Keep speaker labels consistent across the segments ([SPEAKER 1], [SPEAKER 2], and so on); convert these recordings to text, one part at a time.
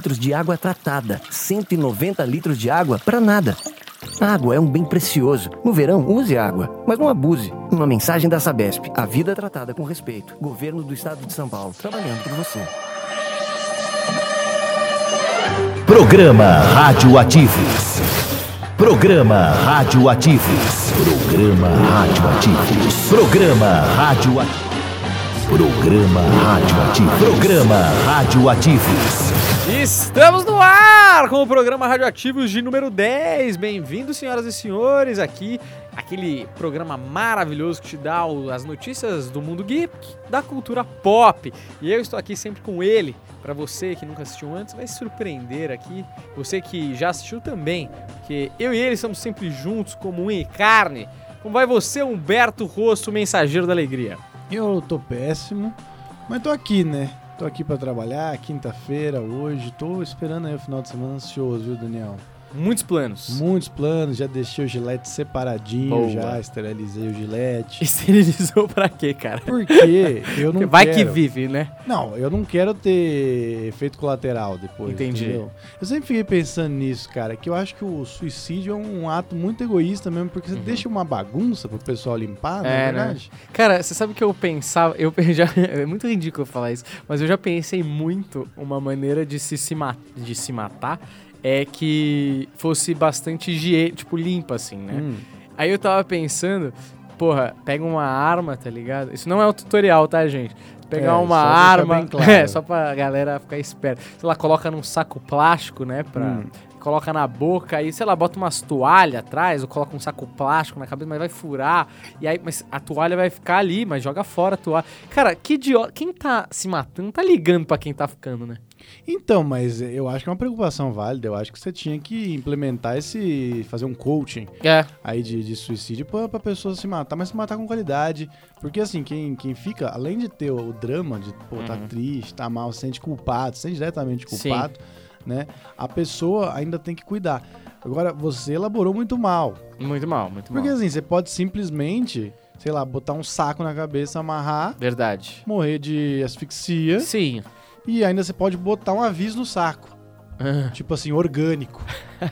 [SPEAKER 1] litros de água tratada, 190 litros de água para nada. A água é um bem precioso. No verão, use a água, mas não abuse. Uma mensagem da Sabesp. A vida tratada com respeito. Governo do Estado de São Paulo, trabalhando por você.
[SPEAKER 2] Programa Radioativos. Programa Radioativos. Programa Radioativos. Programa Radioativos. Programa Radioativos. Programa Radioativos.
[SPEAKER 3] Estamos no ar com o programa Radioativos de número 10. Bem-vindos, senhoras e senhores, aqui. Aquele programa maravilhoso que te dá o- as notícias do mundo geek, da cultura pop. E eu estou aqui sempre com ele. Para você que nunca assistiu antes, vai se surpreender aqui. Você que já assistiu também, porque eu e ele estamos sempre juntos como um e carne. Como vai você, Humberto Rosto, mensageiro da alegria?
[SPEAKER 4] Eu tô péssimo, mas tô aqui, né? Tô aqui pra trabalhar, quinta-feira, hoje. Tô esperando aí o final de semana ansioso, viu, Daniel?
[SPEAKER 3] Muitos planos.
[SPEAKER 4] Muitos planos, já deixei o gilete separadinho,
[SPEAKER 3] Boa.
[SPEAKER 4] já esterilizei o gilete.
[SPEAKER 3] Esterilizou pra quê, cara?
[SPEAKER 4] Porque eu não
[SPEAKER 3] Vai que
[SPEAKER 4] quero...
[SPEAKER 3] vive, né?
[SPEAKER 4] Não, eu não quero ter efeito colateral depois.
[SPEAKER 3] Entendi.
[SPEAKER 4] entendeu? Eu sempre fiquei pensando nisso, cara, que eu acho que o suicídio é um ato muito egoísta mesmo, porque você deixa uma bagunça pro pessoal limpar, não
[SPEAKER 3] Uhum. É,
[SPEAKER 4] é
[SPEAKER 3] né?
[SPEAKER 4] verdade?
[SPEAKER 3] Cara, você sabe que eu pensava. Eu já, é muito ridículo falar isso, mas eu já pensei muito uma maneira de se, se, ma- de se matar é que fosse bastante higiene, tipo, limpa, assim, né?
[SPEAKER 4] Hum.
[SPEAKER 3] Aí eu tava pensando, porra, pega uma arma, tá ligado? Isso não é um tutorial, tá, gente? Pegar
[SPEAKER 4] É,
[SPEAKER 3] uma
[SPEAKER 4] só pra ficar
[SPEAKER 3] arma,
[SPEAKER 4] bem claro.
[SPEAKER 3] é, só pra galera ficar esperta. Sei lá, coloca num saco plástico, né, pra...
[SPEAKER 4] Hum.
[SPEAKER 3] Coloca na boca aí, sei lá, bota umas toalhas atrás, ou coloca um saco plástico na cabeça, mas vai furar. E aí, mas a toalha vai ficar ali, mas joga fora a toalha. Cara, que idiota. Quem tá se matando tá ligando pra quem tá ficando, né?
[SPEAKER 4] Então, mas eu acho que é uma preocupação válida. Eu acho que você tinha que implementar esse. fazer um coaching
[SPEAKER 3] É.
[SPEAKER 4] aí de, de suicídio pra, pra pessoa se matar, mas se matar com qualidade. Porque assim, quem, quem fica, além de ter o, o drama de, pô, tá triste, tá mal, se sente culpado, se sente diretamente
[SPEAKER 3] Uhum. Sim.
[SPEAKER 4] culpado, né? A pessoa ainda tem que cuidar. Agora, você elaborou muito mal.
[SPEAKER 3] Muito mal, muito mal.
[SPEAKER 4] Porque assim, você pode simplesmente, sei lá, botar um saco na cabeça, amarrar,
[SPEAKER 3] Verdade.
[SPEAKER 4] morrer de asfixia
[SPEAKER 3] Sim.
[SPEAKER 4] e ainda você pode botar um aviso no saco. Tipo assim, orgânico.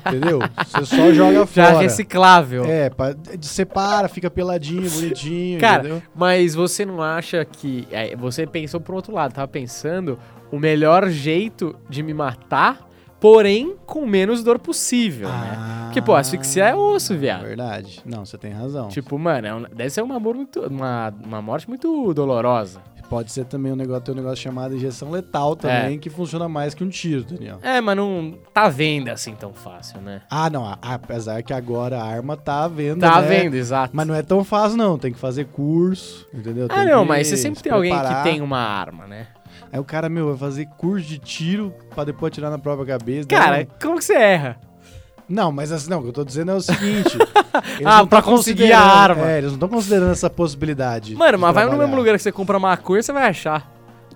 [SPEAKER 4] Entendeu? Você só joga fora.
[SPEAKER 3] Já reciclável.
[SPEAKER 4] É, pa- de- separa, fica peladinho, bonitinho,
[SPEAKER 3] Cara,
[SPEAKER 4] entendeu?
[SPEAKER 3] Mas você não acha que. é, Você pensou pro outro lado, tava pensando o melhor jeito de me matar, porém com menos dor possível, né? Porque, pô, asfixia é osso, viado.
[SPEAKER 4] Verdade. Ah. Não, você tem razão.
[SPEAKER 3] Tipo, mano, é um- deve ser uma, mor- muito- uma, uma morte muito dolorosa.
[SPEAKER 4] Pode ser também um negócio, tem um negócio chamado injeção letal também, que funciona mais que um tiro, Daniel.
[SPEAKER 3] É, mas não tá à venda assim tão fácil, né?
[SPEAKER 4] Ah, não, a- apesar que agora a arma tá à venda,
[SPEAKER 3] Tá à
[SPEAKER 4] né?
[SPEAKER 3] venda, exato.
[SPEAKER 4] Mas não é tão fácil, não. Tem que fazer curso, entendeu?
[SPEAKER 3] Ah,
[SPEAKER 4] Tem
[SPEAKER 3] não,
[SPEAKER 4] que
[SPEAKER 3] mas você sempre
[SPEAKER 4] se
[SPEAKER 3] tem alguém que
[SPEAKER 4] preparar.
[SPEAKER 3] tem uma arma, né?
[SPEAKER 4] Aí o cara, meu, vai fazer curso de tiro pra depois atirar na própria cabeça. né?
[SPEAKER 3] Cara,
[SPEAKER 4] Não,
[SPEAKER 3] como que você erra?
[SPEAKER 4] Não, mas assim, não, o que eu tô dizendo é o seguinte. eles
[SPEAKER 3] Ah,
[SPEAKER 4] não
[SPEAKER 3] pra
[SPEAKER 4] tão
[SPEAKER 3] conseguir a
[SPEAKER 4] considerando-
[SPEAKER 3] arma.
[SPEAKER 4] É, eles não estão considerando essa possibilidade.
[SPEAKER 3] Mano,
[SPEAKER 4] de
[SPEAKER 3] mas vai no
[SPEAKER 4] trabalhar.
[SPEAKER 3] mesmo lugar que você compra maconha, você vai achar.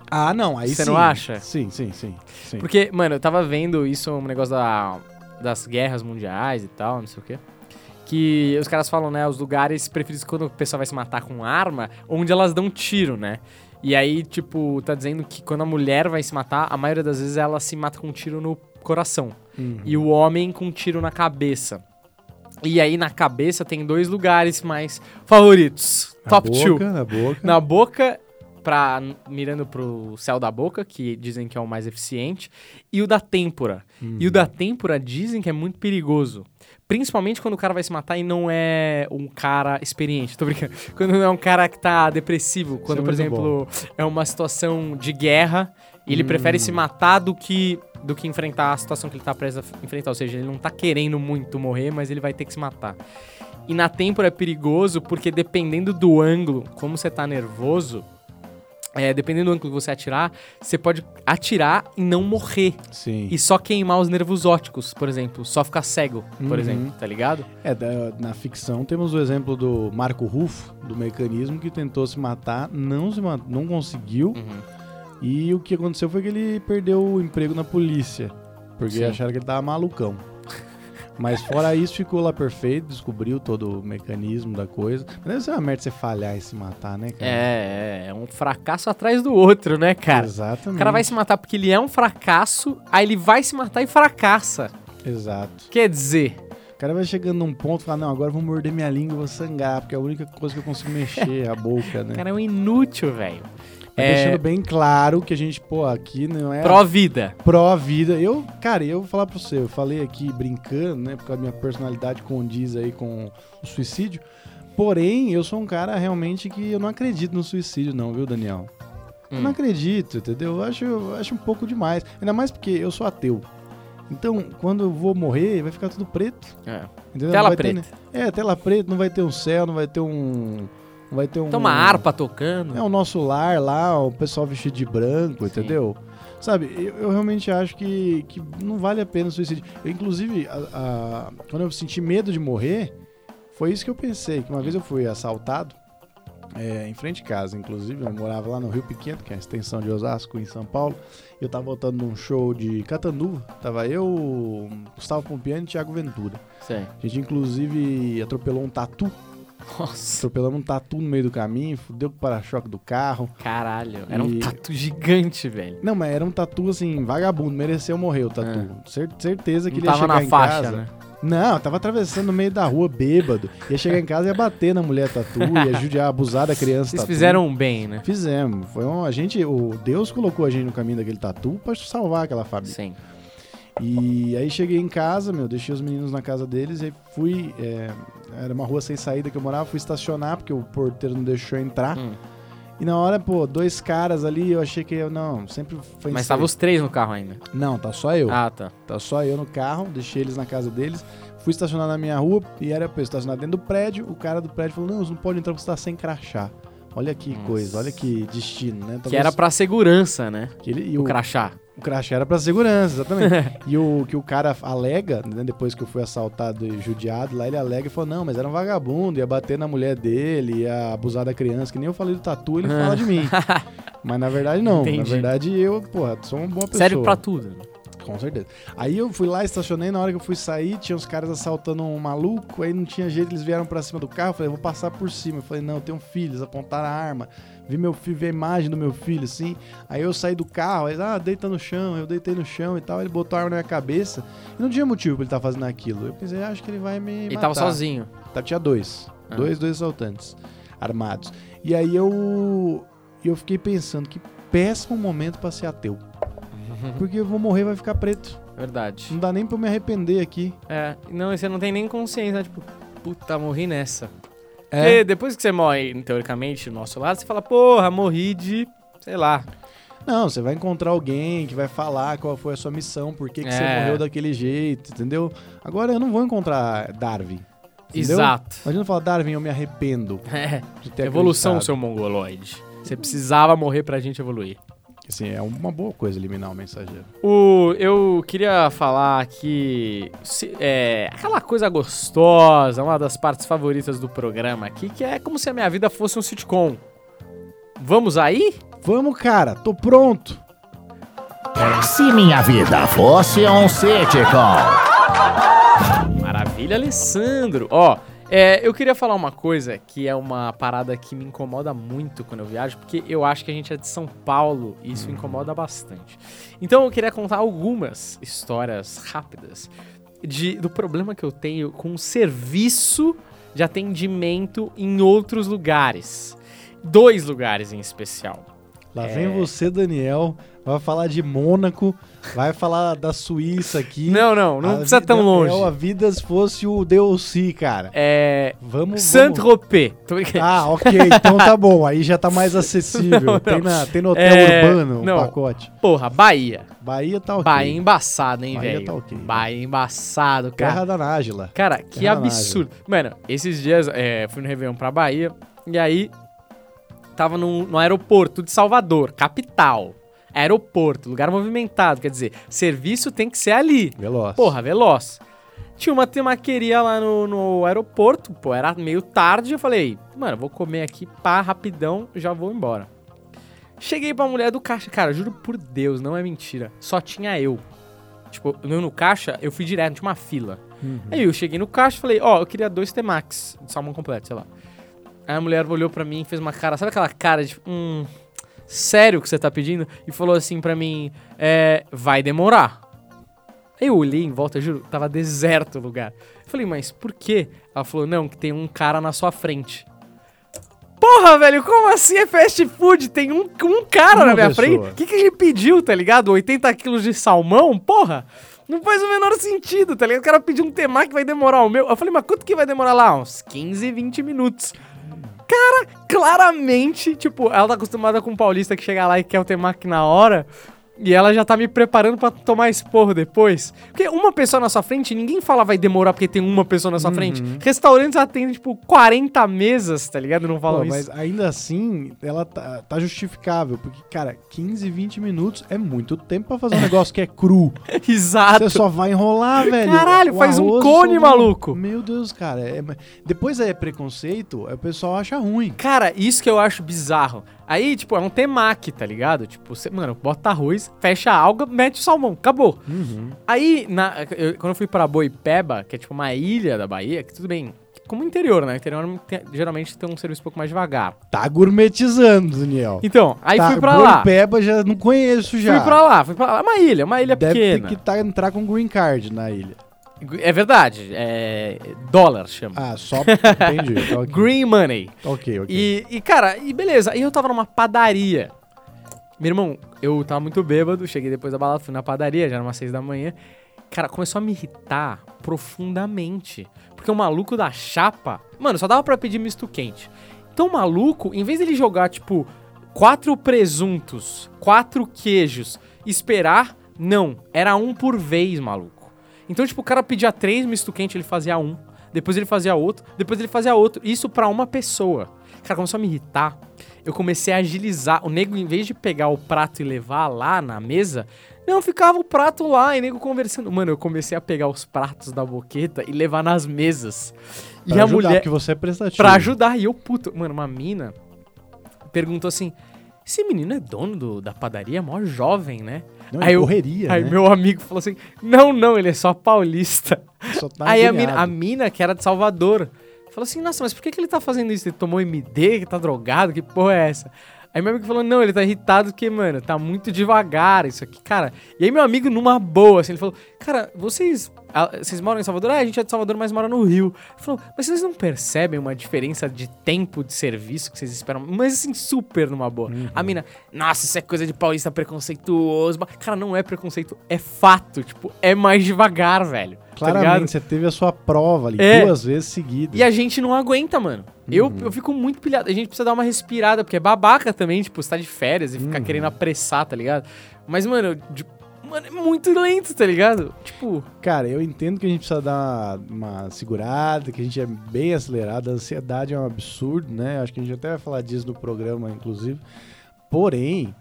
[SPEAKER 4] Ah, não, aí
[SPEAKER 3] Você
[SPEAKER 4] sim.
[SPEAKER 3] não acha?
[SPEAKER 4] Sim, sim, sim. sim.
[SPEAKER 3] Porque, mano, eu tava vendo isso, um negócio da- das guerras mundiais e tal, não sei o quê. Que os caras falam, né, os lugares preferidos quando o pessoal vai se matar com arma, onde elas dão tiro, né? E aí, tipo, tá dizendo que quando a mulher vai se matar, a maioria das vezes ela se mata com um tiro no coração.
[SPEAKER 4] Uhum.
[SPEAKER 3] E o homem com um tiro na cabeça. E aí, na cabeça, tem dois lugares mais favoritos.
[SPEAKER 4] Na
[SPEAKER 3] top
[SPEAKER 4] boca,
[SPEAKER 3] two.
[SPEAKER 4] Na boca.
[SPEAKER 3] Na boca, pra, mirando pro céu da boca, que dizem que é o mais eficiente, e o da têmpora. E o da têmpora dizem que é muito perigoso. Principalmente quando o cara vai se matar e não é um cara experiente, tô brincando. Quando não é um cara que tá depressivo, quando, por
[SPEAKER 4] muito
[SPEAKER 3] exemplo, é uma situação de guerra, e ele prefere se matar do que do que enfrentar a situação que ele tá preso a f- enfrentar, ou seja, ele não tá querendo muito morrer, mas ele vai ter que se matar. E na têmpora é perigoso porque dependendo do ângulo, como você tá nervoso, é, dependendo do ângulo que você atirar, você pode atirar e não morrer.
[SPEAKER 4] Sim.
[SPEAKER 3] E só queimar os nervos ópticos, por exemplo. Só ficar cego, por
[SPEAKER 4] Uhum.
[SPEAKER 3] exemplo, tá ligado?
[SPEAKER 4] É, da- na ficção temos o exemplo do Marco Ruffo, do mecanismo, que tentou se matar, não, se ma- não conseguiu.
[SPEAKER 3] Uhum.
[SPEAKER 4] E o que aconteceu foi que ele perdeu o emprego na polícia. Porque
[SPEAKER 3] Sim.
[SPEAKER 4] acharam que ele tava malucão. Mas fora isso, ficou lá perfeito, descobriu todo o mecanismo da coisa. Mas deve ser uma merda você falhar e se matar, né, cara?
[SPEAKER 3] É, é, é um fracasso atrás do outro, né, cara?
[SPEAKER 4] Exatamente.
[SPEAKER 3] O cara vai se matar porque ele é um fracasso, aí ele vai se matar e fracassa.
[SPEAKER 4] Exato.
[SPEAKER 3] Quer dizer,
[SPEAKER 4] O cara vai chegando num ponto e fala, não, agora eu vou morder minha língua, vou sangrar, porque é a única coisa que eu consigo mexer é a boca,
[SPEAKER 3] o
[SPEAKER 4] né?
[SPEAKER 3] cara é um inútil, velho.
[SPEAKER 4] Mas Tá
[SPEAKER 3] É.
[SPEAKER 4] Deixando bem claro que a gente, pô, aqui não é
[SPEAKER 3] Pró-vida.
[SPEAKER 4] pró-vida. Eu, cara, eu vou falar pra você, eu falei aqui brincando, né? Porque a minha personalidade condiz aí com o suicídio. Porém, eu sou um cara realmente que eu não acredito no suicídio, não, viu, Daniel? Eu
[SPEAKER 3] Hum.
[SPEAKER 4] não acredito, entendeu? Eu acho, eu acho um pouco demais. Ainda mais porque eu sou ateu. Então, quando eu vou morrer, vai ficar tudo preto.
[SPEAKER 3] É.
[SPEAKER 4] Entendeu? Não
[SPEAKER 3] Tela
[SPEAKER 4] vai ter
[SPEAKER 3] preta.
[SPEAKER 4] ne- é, tela preta, não vai ter um céu, não vai ter um. Não vai ter um.
[SPEAKER 3] Então uma harpa tocando.
[SPEAKER 4] É o nosso lar lá, o pessoal vestido de branco,
[SPEAKER 3] Sim.
[SPEAKER 4] entendeu? Sabe, eu, eu realmente acho que, que não vale a pena o suicídio. Eu, inclusive, a- a- quando eu senti medo de morrer, foi isso que eu pensei. Que uma vez eu fui assaltado, é, em frente de casa, inclusive. Eu morava lá no Rio Pequeno, que é a extensão de Osasco, em São Paulo. Eu tava voltando de um show de Catanduva. Tava eu, Gustavo Pompiani e Thiago Ventura.
[SPEAKER 3] Sei.
[SPEAKER 4] A gente, inclusive, atropelou um tatu.
[SPEAKER 3] Nossa,
[SPEAKER 4] Atropelamos um tatu no meio do caminho, fudeu com o para-choque do carro.
[SPEAKER 3] caralho. Era um
[SPEAKER 4] E-
[SPEAKER 3] tatu gigante, velho.
[SPEAKER 4] Não, mas era um tatu assim, vagabundo, mereceu morrer o tatu. Cer- certeza que
[SPEAKER 3] É. Não
[SPEAKER 4] ele ia
[SPEAKER 3] tava
[SPEAKER 4] chegar
[SPEAKER 3] na
[SPEAKER 4] em
[SPEAKER 3] faixa,
[SPEAKER 4] casa.
[SPEAKER 3] né?
[SPEAKER 4] Não, tava atravessando no meio da rua bêbado. Ia chegar em casa e ia bater na mulher tatu, ia judiar, abusar da criança
[SPEAKER 3] Vocês
[SPEAKER 4] tatu.
[SPEAKER 3] fizeram um bem, né?
[SPEAKER 4] Fizemos. Foi um, a gente, o Deus colocou a gente no caminho daquele tatu pra salvar aquela família.
[SPEAKER 3] Sim.
[SPEAKER 4] E aí cheguei em casa, meu, deixei os meninos na casa deles e fui. é, era uma rua sem saída que eu morava, fui estacionar, porque o porteiro não deixou eu entrar.
[SPEAKER 3] Hum.
[SPEAKER 4] E na hora, pô, dois caras ali, eu achei que eu não, sempre foi
[SPEAKER 3] Mas tava os três no carro ainda.
[SPEAKER 4] Não, tá só eu.
[SPEAKER 3] Ah, tá.
[SPEAKER 4] Tá só eu no carro, deixei eles na casa deles, fui estacionar na minha rua e era pra eu estacionar dentro do prédio. O cara do prédio falou: Não, você não pode entrar porque você tá sem crachá. Olha que
[SPEAKER 3] Nossa.
[SPEAKER 4] coisa, olha que destino, né?
[SPEAKER 3] Que era pra segurança, né?
[SPEAKER 4] que ele, e
[SPEAKER 3] O
[SPEAKER 4] o,
[SPEAKER 3] crachá.
[SPEAKER 4] o crachá era pra segurança, exatamente. e o que o cara alega, né, depois que eu fui assaltado e judiado lá, ele alega e falou: Não, mas era um vagabundo, ia bater na mulher dele, ia abusar da criança, que nem eu falei do tatu, ele fala de mim. Mas na verdade, não. Na
[SPEAKER 3] Entendi.
[SPEAKER 4] verdade, eu, porra, sou uma boa pessoa.
[SPEAKER 3] Serve pra tudo.
[SPEAKER 4] Com certeza. Aí eu fui lá, estacionei, na hora que eu fui sair, tinha os caras assaltando um maluco, aí não tinha jeito, eles vieram pra cima do carro, eu falei, vou passar por cima. Eu falei, não, eu tenho um filho, eles apontaram a arma. Vi meu filho, vi a imagem do meu filho, assim. Aí eu saí do carro, aí, ah, deita no chão, eu deitei no chão e tal. Ele botou a arma na minha cabeça. E não tinha motivo pra ele estar fazendo aquilo. Eu pensei, "Ah, acho que ele vai me.
[SPEAKER 3] Ele tava
[SPEAKER 4] matar.
[SPEAKER 3] sozinho.
[SPEAKER 4] Tá, tinha dois.
[SPEAKER 3] Ah.
[SPEAKER 4] Dois, dois assaltantes armados. E aí eu. Eu fiquei pensando que péssimo momento pra ser ateu. Porque eu vou morrer, vai ficar preto.
[SPEAKER 3] é Verdade.
[SPEAKER 4] Não dá nem pra eu me arrepender aqui.
[SPEAKER 3] É, não, e você não tem nem consciência, né? Tipo, puta, morri nessa.
[SPEAKER 4] É.
[SPEAKER 3] Porque depois que você morre, teoricamente, do nosso lado, você fala, porra, morri de, sei lá.
[SPEAKER 4] Não, você vai encontrar alguém que vai falar qual foi a sua missão, por que, que você
[SPEAKER 3] É.
[SPEAKER 4] morreu daquele jeito, entendeu? Agora eu não vou encontrar Darwin. Entendeu?
[SPEAKER 3] Exato.
[SPEAKER 4] Imagina eu falar, Darwin, eu me arrependo
[SPEAKER 3] É,
[SPEAKER 4] de ter
[SPEAKER 3] evolução,
[SPEAKER 4] acreditado."
[SPEAKER 3] seu mongoloide. Você precisava morrer pra gente evoluir.
[SPEAKER 4] Assim, é uma boa coisa eliminar o mensageiro.
[SPEAKER 3] O, eu queria falar que se- é, aquela coisa gostosa, uma das partes favoritas do programa aqui, que é como se a minha vida fosse um sitcom. Vamos aí?
[SPEAKER 4] Vamos, cara, tô pronto.
[SPEAKER 2] Se minha vida fosse um sitcom.
[SPEAKER 3] Maravilha, Alessandro. Ó, é, eu queria falar uma coisa que é uma parada que me incomoda muito quando eu viajo, porque eu acho que a gente é de São Paulo e
[SPEAKER 4] Hum.
[SPEAKER 3] isso incomoda bastante. Então eu queria contar algumas histórias rápidas de- do problema que eu tenho com o serviço de atendimento em outros lugares. Dois lugares em especial.
[SPEAKER 4] Lá
[SPEAKER 3] É.
[SPEAKER 4] vem você, Daniel, vai falar de Mônaco, vai falar da Suíça aqui.
[SPEAKER 3] Não, não, não
[SPEAKER 4] A é
[SPEAKER 3] precisa
[SPEAKER 4] vi-
[SPEAKER 3] tão longe.
[SPEAKER 4] Daniel, a vida se fosse o DLC, cara.
[SPEAKER 3] É.
[SPEAKER 4] Vamos, vamos.
[SPEAKER 3] Saint-Tropez. Tô brincando.
[SPEAKER 4] Ah, ok, então tá bom. Aí já tá mais acessível.
[SPEAKER 3] Não,
[SPEAKER 4] tem,
[SPEAKER 3] não.
[SPEAKER 4] na- tem no hotel
[SPEAKER 3] É,
[SPEAKER 4] urbano
[SPEAKER 3] não.
[SPEAKER 4] o pacote.
[SPEAKER 3] Porra, Bahia.
[SPEAKER 4] Bahia tá ok.
[SPEAKER 3] Bahia é embaçado, hein,
[SPEAKER 4] Bahia
[SPEAKER 3] velho?
[SPEAKER 4] tá ok.
[SPEAKER 3] Bahia é embaçado, cara.
[SPEAKER 4] Terra da Nájila.
[SPEAKER 3] Cara, que
[SPEAKER 4] Terra
[SPEAKER 3] absurdo. Mano, esses dias é, fui no Réveillon pra Bahia e aí tava no, no aeroporto de Salvador, capital. Aeroporto, lugar movimentado, quer dizer, serviço tem que ser ali.
[SPEAKER 4] Veloz.
[SPEAKER 3] Porra, veloz. Tinha uma temaqueria lá no, no aeroporto, pô, era meio tarde, eu falei, mano, vou comer aqui, pá, rapidão, já vou embora. Cheguei pra mulher do caixa, cara, juro por Deus, não é mentira, só tinha eu. Tipo, no, no caixa, eu fui direto, não tinha uma fila. Aí eu cheguei no caixa e falei, ó, eu queria dois Temax de salmão completo, sei lá. Aí a mulher olhou pra mim e fez uma cara, sabe aquela cara de, hum, sério que você tá pedindo? E falou assim pra mim, é, vai demorar. Aí eu olhei em volta, juro, tava deserto o lugar. Eu falei, mas por quê? Ela falou, não, que tem um cara na sua frente. Porra, velho, como assim é fast food? Tem um, um cara na
[SPEAKER 4] Uma
[SPEAKER 3] minha
[SPEAKER 4] pessoa.
[SPEAKER 3] frente? O que, que ele pediu, tá ligado? 80 quilos de salmão? Porra! Não faz o menor sentido, tá ligado? O cara pediu um temaki que vai demorar o meu. Eu falei, mas quanto que vai demorar lá? Uns 15, 20 minutos. Cara, claramente, tipo, ela tá acostumada com um paulista que chega lá e quer o temaki na hora. E ela já tá me preparando pra tomar esporro depois. Porque uma pessoa na sua frente, ninguém fala vai demorar porque tem uma pessoa na sua frente.
[SPEAKER 4] Uhum.
[SPEAKER 3] Restaurantes atendem, tipo, 40 mesas, tá ligado? Não falam
[SPEAKER 4] Pô,
[SPEAKER 3] isso.
[SPEAKER 4] mas ainda assim, ela tá, tá justificável, porque, cara, 15, 20 minutos é muito tempo pra fazer um negócio que é cru.
[SPEAKER 3] Exato.
[SPEAKER 4] Você só vai enrolar, velho.
[SPEAKER 3] Caralho,
[SPEAKER 4] O
[SPEAKER 3] faz um
[SPEAKER 4] arroz,
[SPEAKER 3] cone,
[SPEAKER 4] o-
[SPEAKER 3] maluco.
[SPEAKER 4] Meu Deus, cara. é- Depois é preconceito, aí o pessoal acha ruim.
[SPEAKER 3] Cara, isso que eu acho bizarro. Aí, tipo, é um temaki, tá ligado? Tipo, você, mano, bota arroz, fecha a alga, mete o salmão, acabou.
[SPEAKER 4] Uhum.
[SPEAKER 3] Aí, na- eu- quando eu fui pra Boipeba, que é tipo uma ilha da Bahia, que tudo bem, como interior, né? Interior tem- geralmente tem um serviço um pouco mais devagar.
[SPEAKER 4] Tá gourmetizando, Daniel.
[SPEAKER 3] Então, aí
[SPEAKER 4] tá,
[SPEAKER 3] fui pra lá.
[SPEAKER 4] Boipeba já não conheço já.
[SPEAKER 3] Fui pra lá, fui pra lá. É uma ilha, uma ilha
[SPEAKER 4] Deve
[SPEAKER 3] pequena.
[SPEAKER 4] ter que tá, entrar com green card na ilha.
[SPEAKER 3] É verdade, é. Dólar chama.
[SPEAKER 4] Ah, só. Entendi. Tá ok. Tá
[SPEAKER 3] Green Money.
[SPEAKER 4] Ok, ok.
[SPEAKER 3] E, e, cara, e beleza. E eu tava numa padaria. Meu irmão, eu tava muito bêbado, cheguei depois da balada, fui na padaria, já era umas seis da manhã. Cara, começou a me irritar profundamente. Porque o maluco da chapa. Mano, só dava pra pedir misto quente. Então o maluco, em vez dele jogar, tipo, quatro presuntos, quatro queijos, esperar, não. Era um por vez, maluco. Então, tipo, o cara pedia três misto quente, ele fazia um. Depois ele fazia outro, depois ele fazia outro. Isso pra uma pessoa. Cara, começou a me irritar. Eu comecei a agilizar. O nego, em vez de pegar o prato e levar lá na mesa, não, ficava o prato lá e nego conversando. Mano, eu comecei a pegar os pratos da boqueta e levar nas mesas. e
[SPEAKER 4] Pra
[SPEAKER 3] a
[SPEAKER 4] ajudar,
[SPEAKER 3] mulher.
[SPEAKER 4] Porque você é prestativo.
[SPEAKER 3] Pra ajudar. E eu, puto. Mano, uma mina perguntou assim: esse menino é dono do- da padaria, É mó jovem, né?
[SPEAKER 4] Não,
[SPEAKER 3] Aí
[SPEAKER 4] é
[SPEAKER 3] eu-
[SPEAKER 4] correria,
[SPEAKER 3] Aí
[SPEAKER 4] né?
[SPEAKER 3] meu amigo falou assim: não, não, ele é só paulista.
[SPEAKER 4] Só tá
[SPEAKER 3] Aí a mina,
[SPEAKER 4] agoniado.
[SPEAKER 3] a mina, que era de Salvador, falou assim: Nossa, mas por que, que ele tá fazendo isso? Ele tomou MD, que tá drogado, que porra é essa? Aí meu amigo falou: Não, ele tá irritado porque, mano, tá muito devagar isso aqui, cara. E aí meu amigo, numa boa, assim, ele falou: Cara, vocês. ah, Vocês moram em Salvador? Ah, a gente é de Salvador, mas mora no Rio. Ele falou, mas vocês não percebem uma diferença de tempo de serviço que vocês esperam? Mas assim, super numa boa. A mina, nossa, isso é coisa de paulista preconceituoso. Cara, não é preconceito, é fato. Tipo, é mais devagar, velho. tá ligado?
[SPEAKER 4] Claramente, você teve a sua prova ali
[SPEAKER 3] É.
[SPEAKER 4] duas vezes seguidas.
[SPEAKER 3] E a gente não aguenta, mano.
[SPEAKER 4] Uhum.
[SPEAKER 3] Eu, eu fico muito pilhado. A gente precisa dar uma respirada, porque é babaca também, tipo, você tá de férias e ficar
[SPEAKER 4] Uhum.
[SPEAKER 3] querendo apressar, tá ligado? Mas, mano, eu, de- mano, é muito lento, tá ligado? Tipo,
[SPEAKER 4] Cara, eu entendo que a gente precisa dar uma, uma segurada, que a gente é bem acelerado, a ansiedade é um absurdo, né? Acho que a gente até vai falar disso no programa, inclusive. Porém,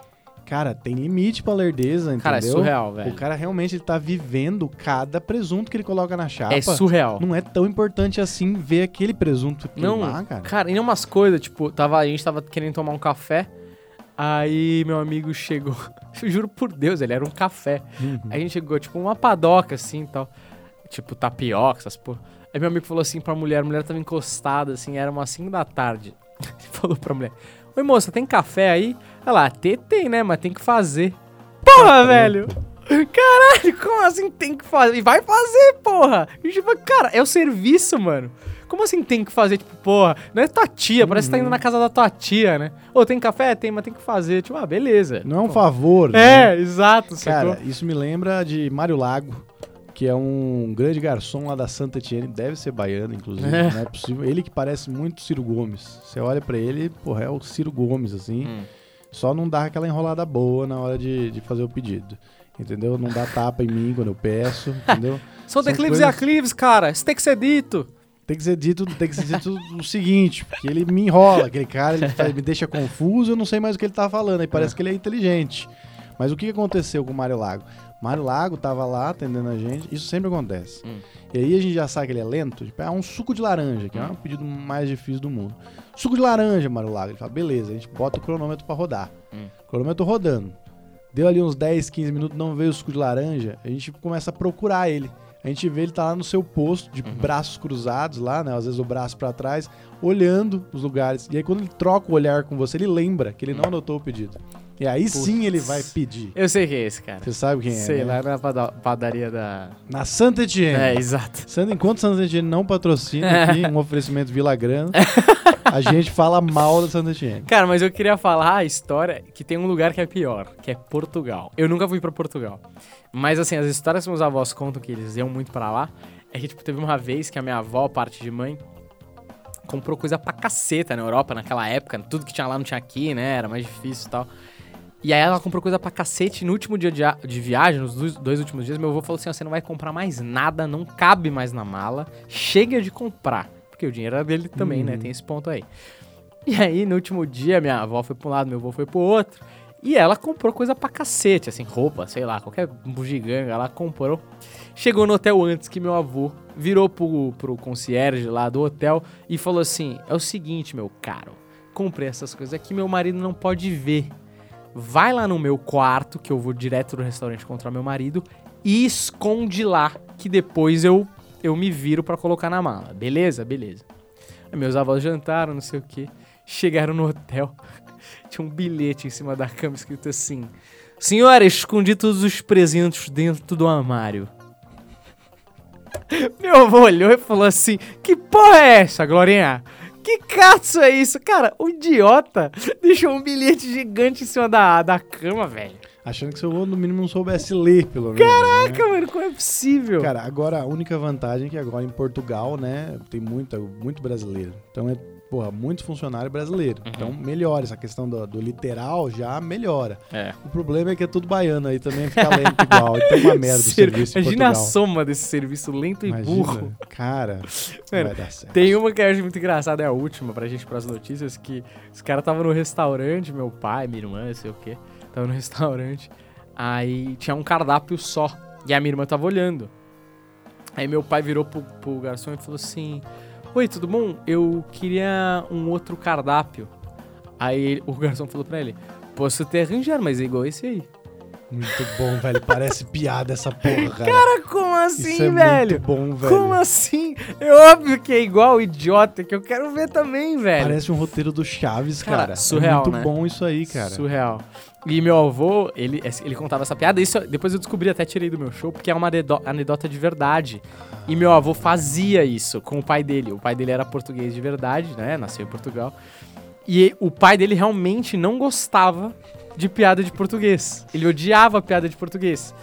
[SPEAKER 4] cara, tem limite pra lerdeza, entendeu?
[SPEAKER 3] cara, é surreal, velho.
[SPEAKER 4] O cara realmente ele tá vivendo cada presunto que ele coloca na chapa.
[SPEAKER 3] É surreal.
[SPEAKER 4] Não é tão importante assim ver aquele presunto
[SPEAKER 3] Não,
[SPEAKER 4] queimar, cara.
[SPEAKER 3] cara, e não umas coisas, tipo, tava, a gente tava querendo tomar um café, aí meu amigo chegou, eu juro por Deus, ele era um café. Aí a gente chegou, tipo, uma padoca, assim, e tal, tipo, tapioca, essas porra. Aí meu amigo falou assim pra mulher, a mulher tava encostada, assim, era umas 5 da tarde. Ele falou pra mulher, oi moça, tem café aí? Ela, até tem, né, mas tem que fazer. né? Porra, velho! Caralho, como assim tem que fazer? E vai fazer, porra! E, tipo, cara, é o serviço, mano. Como assim tem que fazer? Tipo, porra, não é tua tia, parece que tá
[SPEAKER 4] Uhum.
[SPEAKER 3] indo na casa da tua tia, né? Ô, tem café? Tem, mas tem que fazer. Tipo, ah, beleza.
[SPEAKER 4] Não é um favor,
[SPEAKER 3] É,
[SPEAKER 4] né?
[SPEAKER 3] exato, sacou?
[SPEAKER 4] Cara, isso me lembra de Mário Lago, que é um grande garçom lá da Santa Etienne, deve ser baiano, inclusive,
[SPEAKER 3] É.
[SPEAKER 4] não é possível. Ele que parece muito Ciro Gomes. Você olha pra ele, porra, é o Ciro Gomes, assim.
[SPEAKER 3] Hum.
[SPEAKER 4] Só não dá aquela enrolada boa na hora de, de fazer o pedido. Entendeu? Não dá tapa em mim quando eu peço, entendeu?
[SPEAKER 3] São
[SPEAKER 4] são
[SPEAKER 3] declives e
[SPEAKER 4] coisas-
[SPEAKER 3] aclives, cara. Isso tem que ser dito.
[SPEAKER 4] Tem que ser dito, tem que ser dito o seguinte, porque ele me enrola, aquele cara, ele faz- me deixa confuso, eu não sei mais o que ele tá falando, aí parece que ele é inteligente. Mas o que que aconteceu com o Mário Lago? Mário Lago tava lá atendendo a gente, isso sempre acontece. E aí a gente já sabe que ele é lento, tipo, ah, um suco de laranja, que é o pedido mais difícil do mundo. Suco de laranja, Mário Lago. Ele fala, beleza, a gente bota o cronômetro pra rodar. Cronômetro rodando. Deu ali uns 10, 15 minutos, não veio o suco de laranja, a gente começa a procurar ele. A gente vê ele tá lá no seu posto, de braços cruzados lá, né? Às vezes o braço pra trás, olhando os lugares. E aí quando ele troca o olhar com você, ele lembra que ele não anotou o pedido. E aí sim ele vai pedir.
[SPEAKER 3] Eu sei quem é esse, cara.
[SPEAKER 4] Você sabe quem é?
[SPEAKER 3] Sei
[SPEAKER 4] né?
[SPEAKER 3] lá, na pada- padaria da...
[SPEAKER 4] Na Santa Etienne.
[SPEAKER 3] É, exato.
[SPEAKER 4] Santa, enquanto Santa Etienne não patrocina aqui um oferecimento Vila Grana, a gente fala mal da Santa Etienne.
[SPEAKER 3] Cara, mas eu queria falar a história que tem um lugar que é pior, que é Portugal. Eu nunca fui pra Portugal. Mas assim, as histórias que meus avós contam que eles iam muito pra lá, é que tipo teve uma vez que a minha avó, parte de mãe, comprou coisa pra caceta na Europa naquela época, tudo que tinha lá não tinha aqui, né? Era mais difícil e tal. E aí ela comprou coisa pra cacete e no último dia de, a- de viagem, nos dois, dois últimos dias, meu avô falou assim: ó, você não vai comprar mais nada, não cabe mais na mala, chega de comprar. Porque o dinheiro era dele também, né? Tem esse ponto aí. E aí, no último dia, minha avó foi pra um lado, meu avô foi pro outro. E ela comprou coisa pra cacete, assim, roupa, sei lá, qualquer bugiganga, ela comprou. Chegou no hotel antes que meu avô virou pro, pro concierge lá do hotel e falou assim: É o seguinte, meu caro, comprei essas coisas aqui, meu marido não pode ver. Vai lá no meu quarto, que eu vou direto do restaurante encontrar meu marido, e esconde lá, que depois eu, eu me viro pra colocar na mala. Beleza? Beleza. Aí Meus avós jantaram, não sei o que. Chegaram no hotel. Tinha um bilhete em cima da cama escrito assim: Senhora, escondi todos os presentes dentro do armário. Meu avô olhou e falou assim: Que porra é essa, Glorinha? Que caço é isso? Cara, o idiota deixou um bilhete gigante em cima da, da cama, velho.
[SPEAKER 4] Achando que seu avô, no mínimo, não soubesse ler, pelo menos. Caraca!
[SPEAKER 3] Caraca, mano, como é possível?
[SPEAKER 4] Né? Cara, agora a única vantagem é que agora em Portugal, né, tem muita, muito brasileiro. Então é, porra, muito funcionário brasileiro.
[SPEAKER 3] Uhum.
[SPEAKER 4] Então melhora essa questão do, do literal, já melhora.
[SPEAKER 3] É.
[SPEAKER 4] O problema é que é tudo baiano aí também, fica lento igual. Então é uma merda o
[SPEAKER 3] Ser-
[SPEAKER 4] serviço em
[SPEAKER 3] Imagina a
[SPEAKER 4] Portugal.
[SPEAKER 3] soma desse serviço lento e
[SPEAKER 4] Imagina,
[SPEAKER 3] burro.
[SPEAKER 4] Cara,
[SPEAKER 3] Mano,
[SPEAKER 4] vai dar certo.
[SPEAKER 3] Tem uma que eu acho muito engraçada, é a última pra gente pras notícias, que os caras estavam no restaurante, meu pai, minha irmã, não sei o quê, tava no restaurante, aí tinha um cardápio só, e a minha irmã tava olhando. Aí meu pai virou pro, pro garçom e falou assim, Oi, tudo bom? Eu queria um outro cardápio. Aí ele- o garçom falou pra ele, posso te arranjar, mas é igual esse aí.
[SPEAKER 4] Muito bom, velho. Parece piada essa porra, cara.
[SPEAKER 3] Cara, como assim,
[SPEAKER 4] Isso é
[SPEAKER 3] velho?
[SPEAKER 4] muito bom, velho.
[SPEAKER 3] Como assim? É óbvio que é igual, idiota, que eu quero ver também, velho.
[SPEAKER 4] Parece um roteiro do Chaves,
[SPEAKER 3] Cara,
[SPEAKER 4] cara.
[SPEAKER 3] surreal,
[SPEAKER 4] é muito
[SPEAKER 3] né?
[SPEAKER 4] bom isso aí, cara.
[SPEAKER 3] Surreal. E meu avô, ele, é, ele contava essa piada, isso depois eu descobri, até tirei do meu show, porque é uma anedo- anedota de verdade. E meu avô fazia isso com o pai dele. O pai dele era português de verdade, né? Nasceu em Portugal. E o pai dele realmente não gostava de piada de português. Ele odiava a piada de português.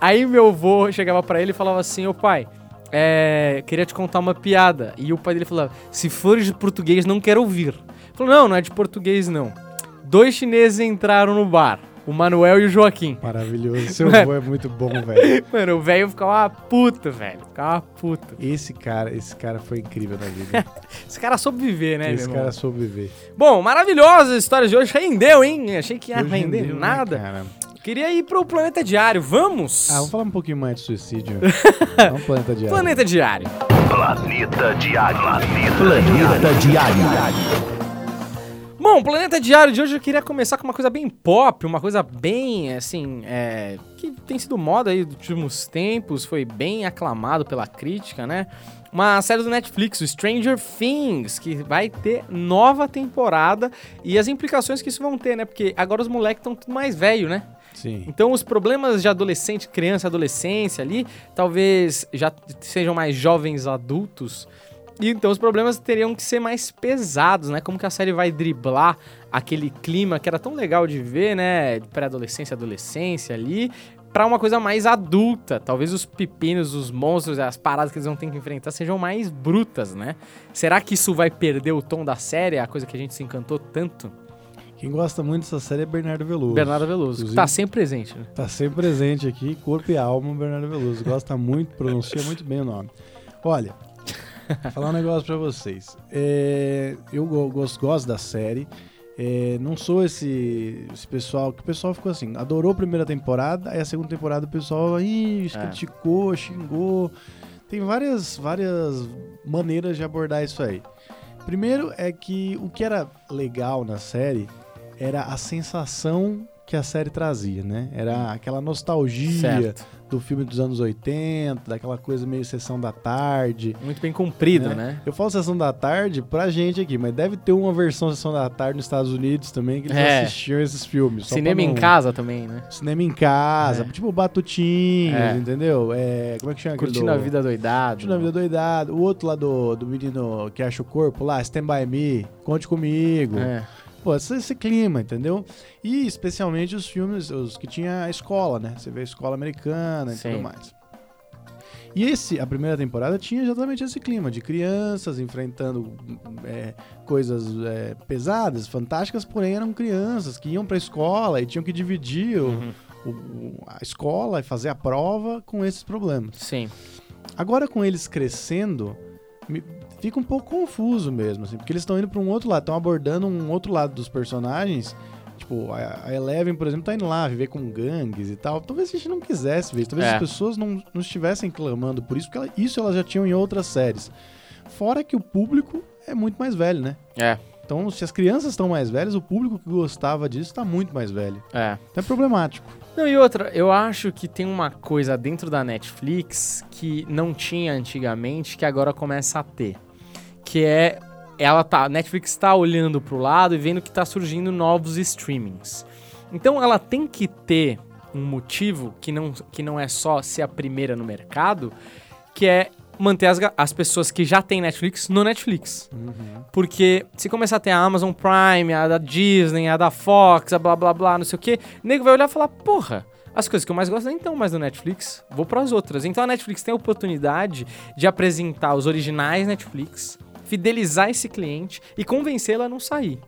[SPEAKER 3] Aí meu avô chegava pra ele e falava assim: Ô pai, é, queria te contar uma piada. E o pai dele falava: Se for de português, não quero ouvir. Ele Falou: Não, não é de português, não. Dois chineses entraram no bar: o Manuel e o Joaquim.
[SPEAKER 4] Maravilhoso. Seu avô é muito bom, velho.
[SPEAKER 3] Mano, o velho ficava uma puta, velho. Ficava uma puta.
[SPEAKER 4] Esse cara, esse cara foi incrível na vida.
[SPEAKER 3] Esse cara soube viver, né,
[SPEAKER 4] esse
[SPEAKER 3] meu
[SPEAKER 4] cara
[SPEAKER 3] irmão?
[SPEAKER 4] soube viver.
[SPEAKER 3] Bom, maravilhosa a história de hoje. Rendeu, hein? Achei que ia
[SPEAKER 4] Hoje
[SPEAKER 3] render
[SPEAKER 4] rendeu, né,
[SPEAKER 3] Tá nada.
[SPEAKER 4] cara?
[SPEAKER 3] Queria ir pro Planeta Diário. Vamos?
[SPEAKER 4] Ah, vamos falar um pouquinho mais de suicídio. Vamos um planeta de
[SPEAKER 3] Planeta Diário.
[SPEAKER 2] Planeta Diário. Planeta Diário.
[SPEAKER 3] Bom, Planeta Diário de hoje eu queria começar com uma coisa bem pop, uma coisa bem, assim, é, que tem sido moda aí dos últimos tempos, foi bem aclamado pela crítica, né? Uma série do Netflix, o Stranger Things, que vai ter nova temporada e as implicações que isso vão ter, né? Porque agora os moleques estão tudo mais velho, né?
[SPEAKER 4] Sim.
[SPEAKER 3] Então os problemas de adolescente, criança, adolescência ali, talvez já t- sejam mais jovens adultos. E então os problemas teriam que ser mais pesados, né? Como que a série vai driblar aquele clima que era tão legal de ver, né? De Pré-adolescência, adolescência ali, pra uma coisa mais adulta. Talvez os pepinos, os monstros, as paradas que eles vão ter que enfrentar sejam mais brutas, né? Será que isso vai perder o tom da série, a coisa que a gente se encantou tanto?
[SPEAKER 4] Quem gosta muito dessa série é Bernardo Veloso.
[SPEAKER 3] Bernardo Veloso, que tá sempre presente, né?
[SPEAKER 4] Tá sempre presente aqui, corpo e alma, o Bernardo Veloso. Gosta muito, pronuncia muito bem o nome. Olha, vou falar um negócio pra vocês. É, eu go- gosto, gosto da série. É, não sou esse, esse pessoal que o pessoal ficou assim, adorou a primeira temporada, aí a segunda temporada o pessoal ih, criticou, xingou. Tem várias, várias maneiras de abordar isso aí. Primeiro é que o que era legal na série era a sensação que que a série trazia, né? Era aquela nostalgia
[SPEAKER 3] Certo.
[SPEAKER 4] do filme dos anos 80, daquela coisa meio sessão da tarde.
[SPEAKER 3] Muito bem cumprido, né?
[SPEAKER 4] Eu falo sessão da tarde pra gente aqui, mas deve ter uma versão sessão da tarde nos Estados Unidos também que eles
[SPEAKER 3] É.
[SPEAKER 4] assistiam esses filmes. só pra
[SPEAKER 3] Cinema em
[SPEAKER 4] não-
[SPEAKER 3] casa também, né?
[SPEAKER 4] Cinema em casa,
[SPEAKER 3] É.
[SPEAKER 4] tipo Batutinhos,
[SPEAKER 3] É.
[SPEAKER 4] entendeu? É, como é que chama aquele
[SPEAKER 3] Curtindo
[SPEAKER 4] do-
[SPEAKER 3] a vida doidado.
[SPEAKER 4] Curtindo a vida doidado. O outro lá do, do menino que acha o corpo lá, Stand By Me, Conte Comigo.
[SPEAKER 3] É.
[SPEAKER 4] Pô, esse, esse clima, entendeu? E especialmente os filmes, os que tinha a escola, né? Você vê a escola americana e
[SPEAKER 3] Sim.
[SPEAKER 4] tudo mais. E esse, a primeira temporada tinha exatamente esse clima de crianças enfrentando é, coisas é, pesadas, fantásticas, porém eram crianças que iam pra escola e tinham que dividir o- o- a escola e fazer a prova com esses problemas.
[SPEAKER 3] Sim.
[SPEAKER 4] Agora com eles crescendo, me- fica um pouco confuso mesmo, assim, porque eles estão indo para um outro lado, estão abordando um outro lado dos personagens. Tipo, a a Eleven, por exemplo, tá indo lá viver com gangues e tal. Talvez a gente não quisesse ver isso. Talvez
[SPEAKER 3] É.
[SPEAKER 4] as pessoas não, não estivessem clamando por isso, porque ela- isso elas já tinham em outras séries. Fora que o público é muito mais velho, né?
[SPEAKER 3] É.
[SPEAKER 4] Então, se as crianças estão mais velhas, o público que gostava disso tá muito mais velho.
[SPEAKER 3] É.
[SPEAKER 4] Então é problemático.
[SPEAKER 3] Não, e outra, eu acho que tem uma coisa dentro da Netflix que não tinha antigamente, que agora começa a ter. Que é. Ela tá. A Netflix tá olhando pro lado e vendo que tá surgindo novos streamings. Então ela tem que ter um motivo que não, que não é só ser a primeira no mercado, que é manter as, ga- as pessoas que já têm Netflix no Netflix. Porque se começar a ter a Amazon Prime, a da Disney, a da Fox, a blá blá blá, não sei o quê, o nego vai olhar e falar, porra, as coisas que eu mais gosto nem estão mais no Netflix, vou pras outras. Então a Netflix tem a oportunidade de apresentar os originais Netflix, fidelizar esse cliente e convencê-lo a não sair.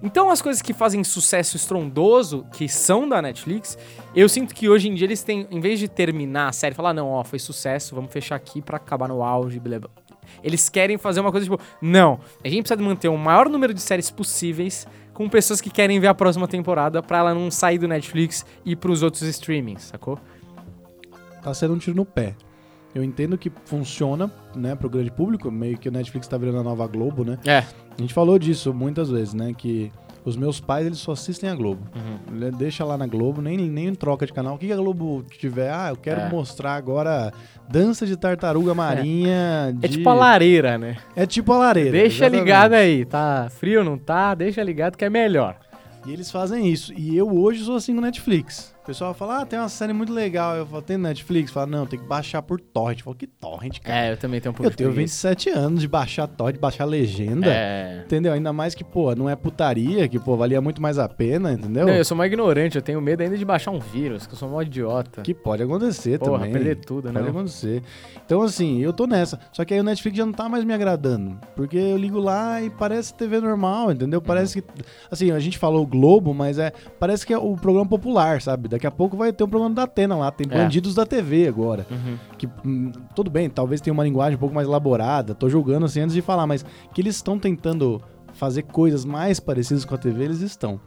[SPEAKER 3] Então as coisas que fazem sucesso estrondoso, que são da Netflix, eu sinto que hoje em dia eles têm, em vez de terminar a série, e falar, não, ó, foi sucesso, vamos fechar aqui pra acabar no auge, blá, blá. Eles querem fazer uma coisa tipo, não, a gente precisa manter o maior número de séries possíveis com pessoas que querem ver a próxima temporada pra ela não sair do Netflix e ir pros outros streamings, sacou?
[SPEAKER 4] tá sendo um tiro no pé. Eu entendo que funciona, né, pro grande público, meio que o Netflix tá virando a nova Globo, né?
[SPEAKER 3] É.
[SPEAKER 4] A gente falou disso muitas vezes, né, que os meus pais, eles só assistem a Globo.
[SPEAKER 3] Uhum.
[SPEAKER 4] Ele Deixa lá na Globo, nem, nem troca de canal. O que que a Globo tiver? Ah, eu quero
[SPEAKER 3] É.
[SPEAKER 4] mostrar agora dança de tartaruga marinha.
[SPEAKER 3] É
[SPEAKER 4] de-
[SPEAKER 3] tipo a lareira, né?
[SPEAKER 4] É tipo a lareira.
[SPEAKER 3] Deixa
[SPEAKER 4] exatamente.
[SPEAKER 3] ligado aí, tá frio ou não tá? Deixa ligado que é melhor.
[SPEAKER 4] E eles fazem isso. E eu hoje sou assim com Netflix. O pessoal fala, ah, tem uma série muito legal. Eu falo, tem Netflix? Fala, não, tem que baixar por torrent. Eu falo, que torrent, cara?
[SPEAKER 3] É, eu também tenho um pouco
[SPEAKER 4] Eu tenho 27 anos de baixar Todd, de baixar legenda.
[SPEAKER 3] É.
[SPEAKER 4] Entendeu? Ainda mais que, pô, não é putaria, que, pô, valia muito mais a pena, entendeu?
[SPEAKER 3] Não, eu sou mó ignorante, eu tenho medo ainda de baixar um vírus, que eu sou mó idiota.
[SPEAKER 4] Que pode acontecer
[SPEAKER 3] Porra,
[SPEAKER 4] também.
[SPEAKER 3] perder tudo, né?
[SPEAKER 4] Pode acontecer. Então, assim, eu tô nessa. Só que aí o Netflix já não tá mais me agradando. Porque eu ligo lá e parece TV normal, entendeu?
[SPEAKER 3] Uhum.
[SPEAKER 4] Parece que. Assim, a gente falou Globo, mas é. Parece que é o programa popular, sabe? Daqui a pouco vai ter um programa da Atena lá. Tem
[SPEAKER 3] É.
[SPEAKER 4] bandidos da TV agora.
[SPEAKER 3] Uhum.
[SPEAKER 4] Que, hum, tudo bem, talvez tenha uma linguagem um pouco mais elaborada. Tô julgando assim antes de falar, mas que eles estão tentando fazer coisas mais parecidas com a TV, eles estão.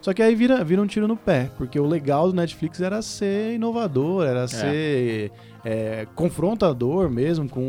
[SPEAKER 4] Só que aí vira, vira um tiro no pé, porque o legal do Netflix era ser inovador, era ser é, confrontador mesmo com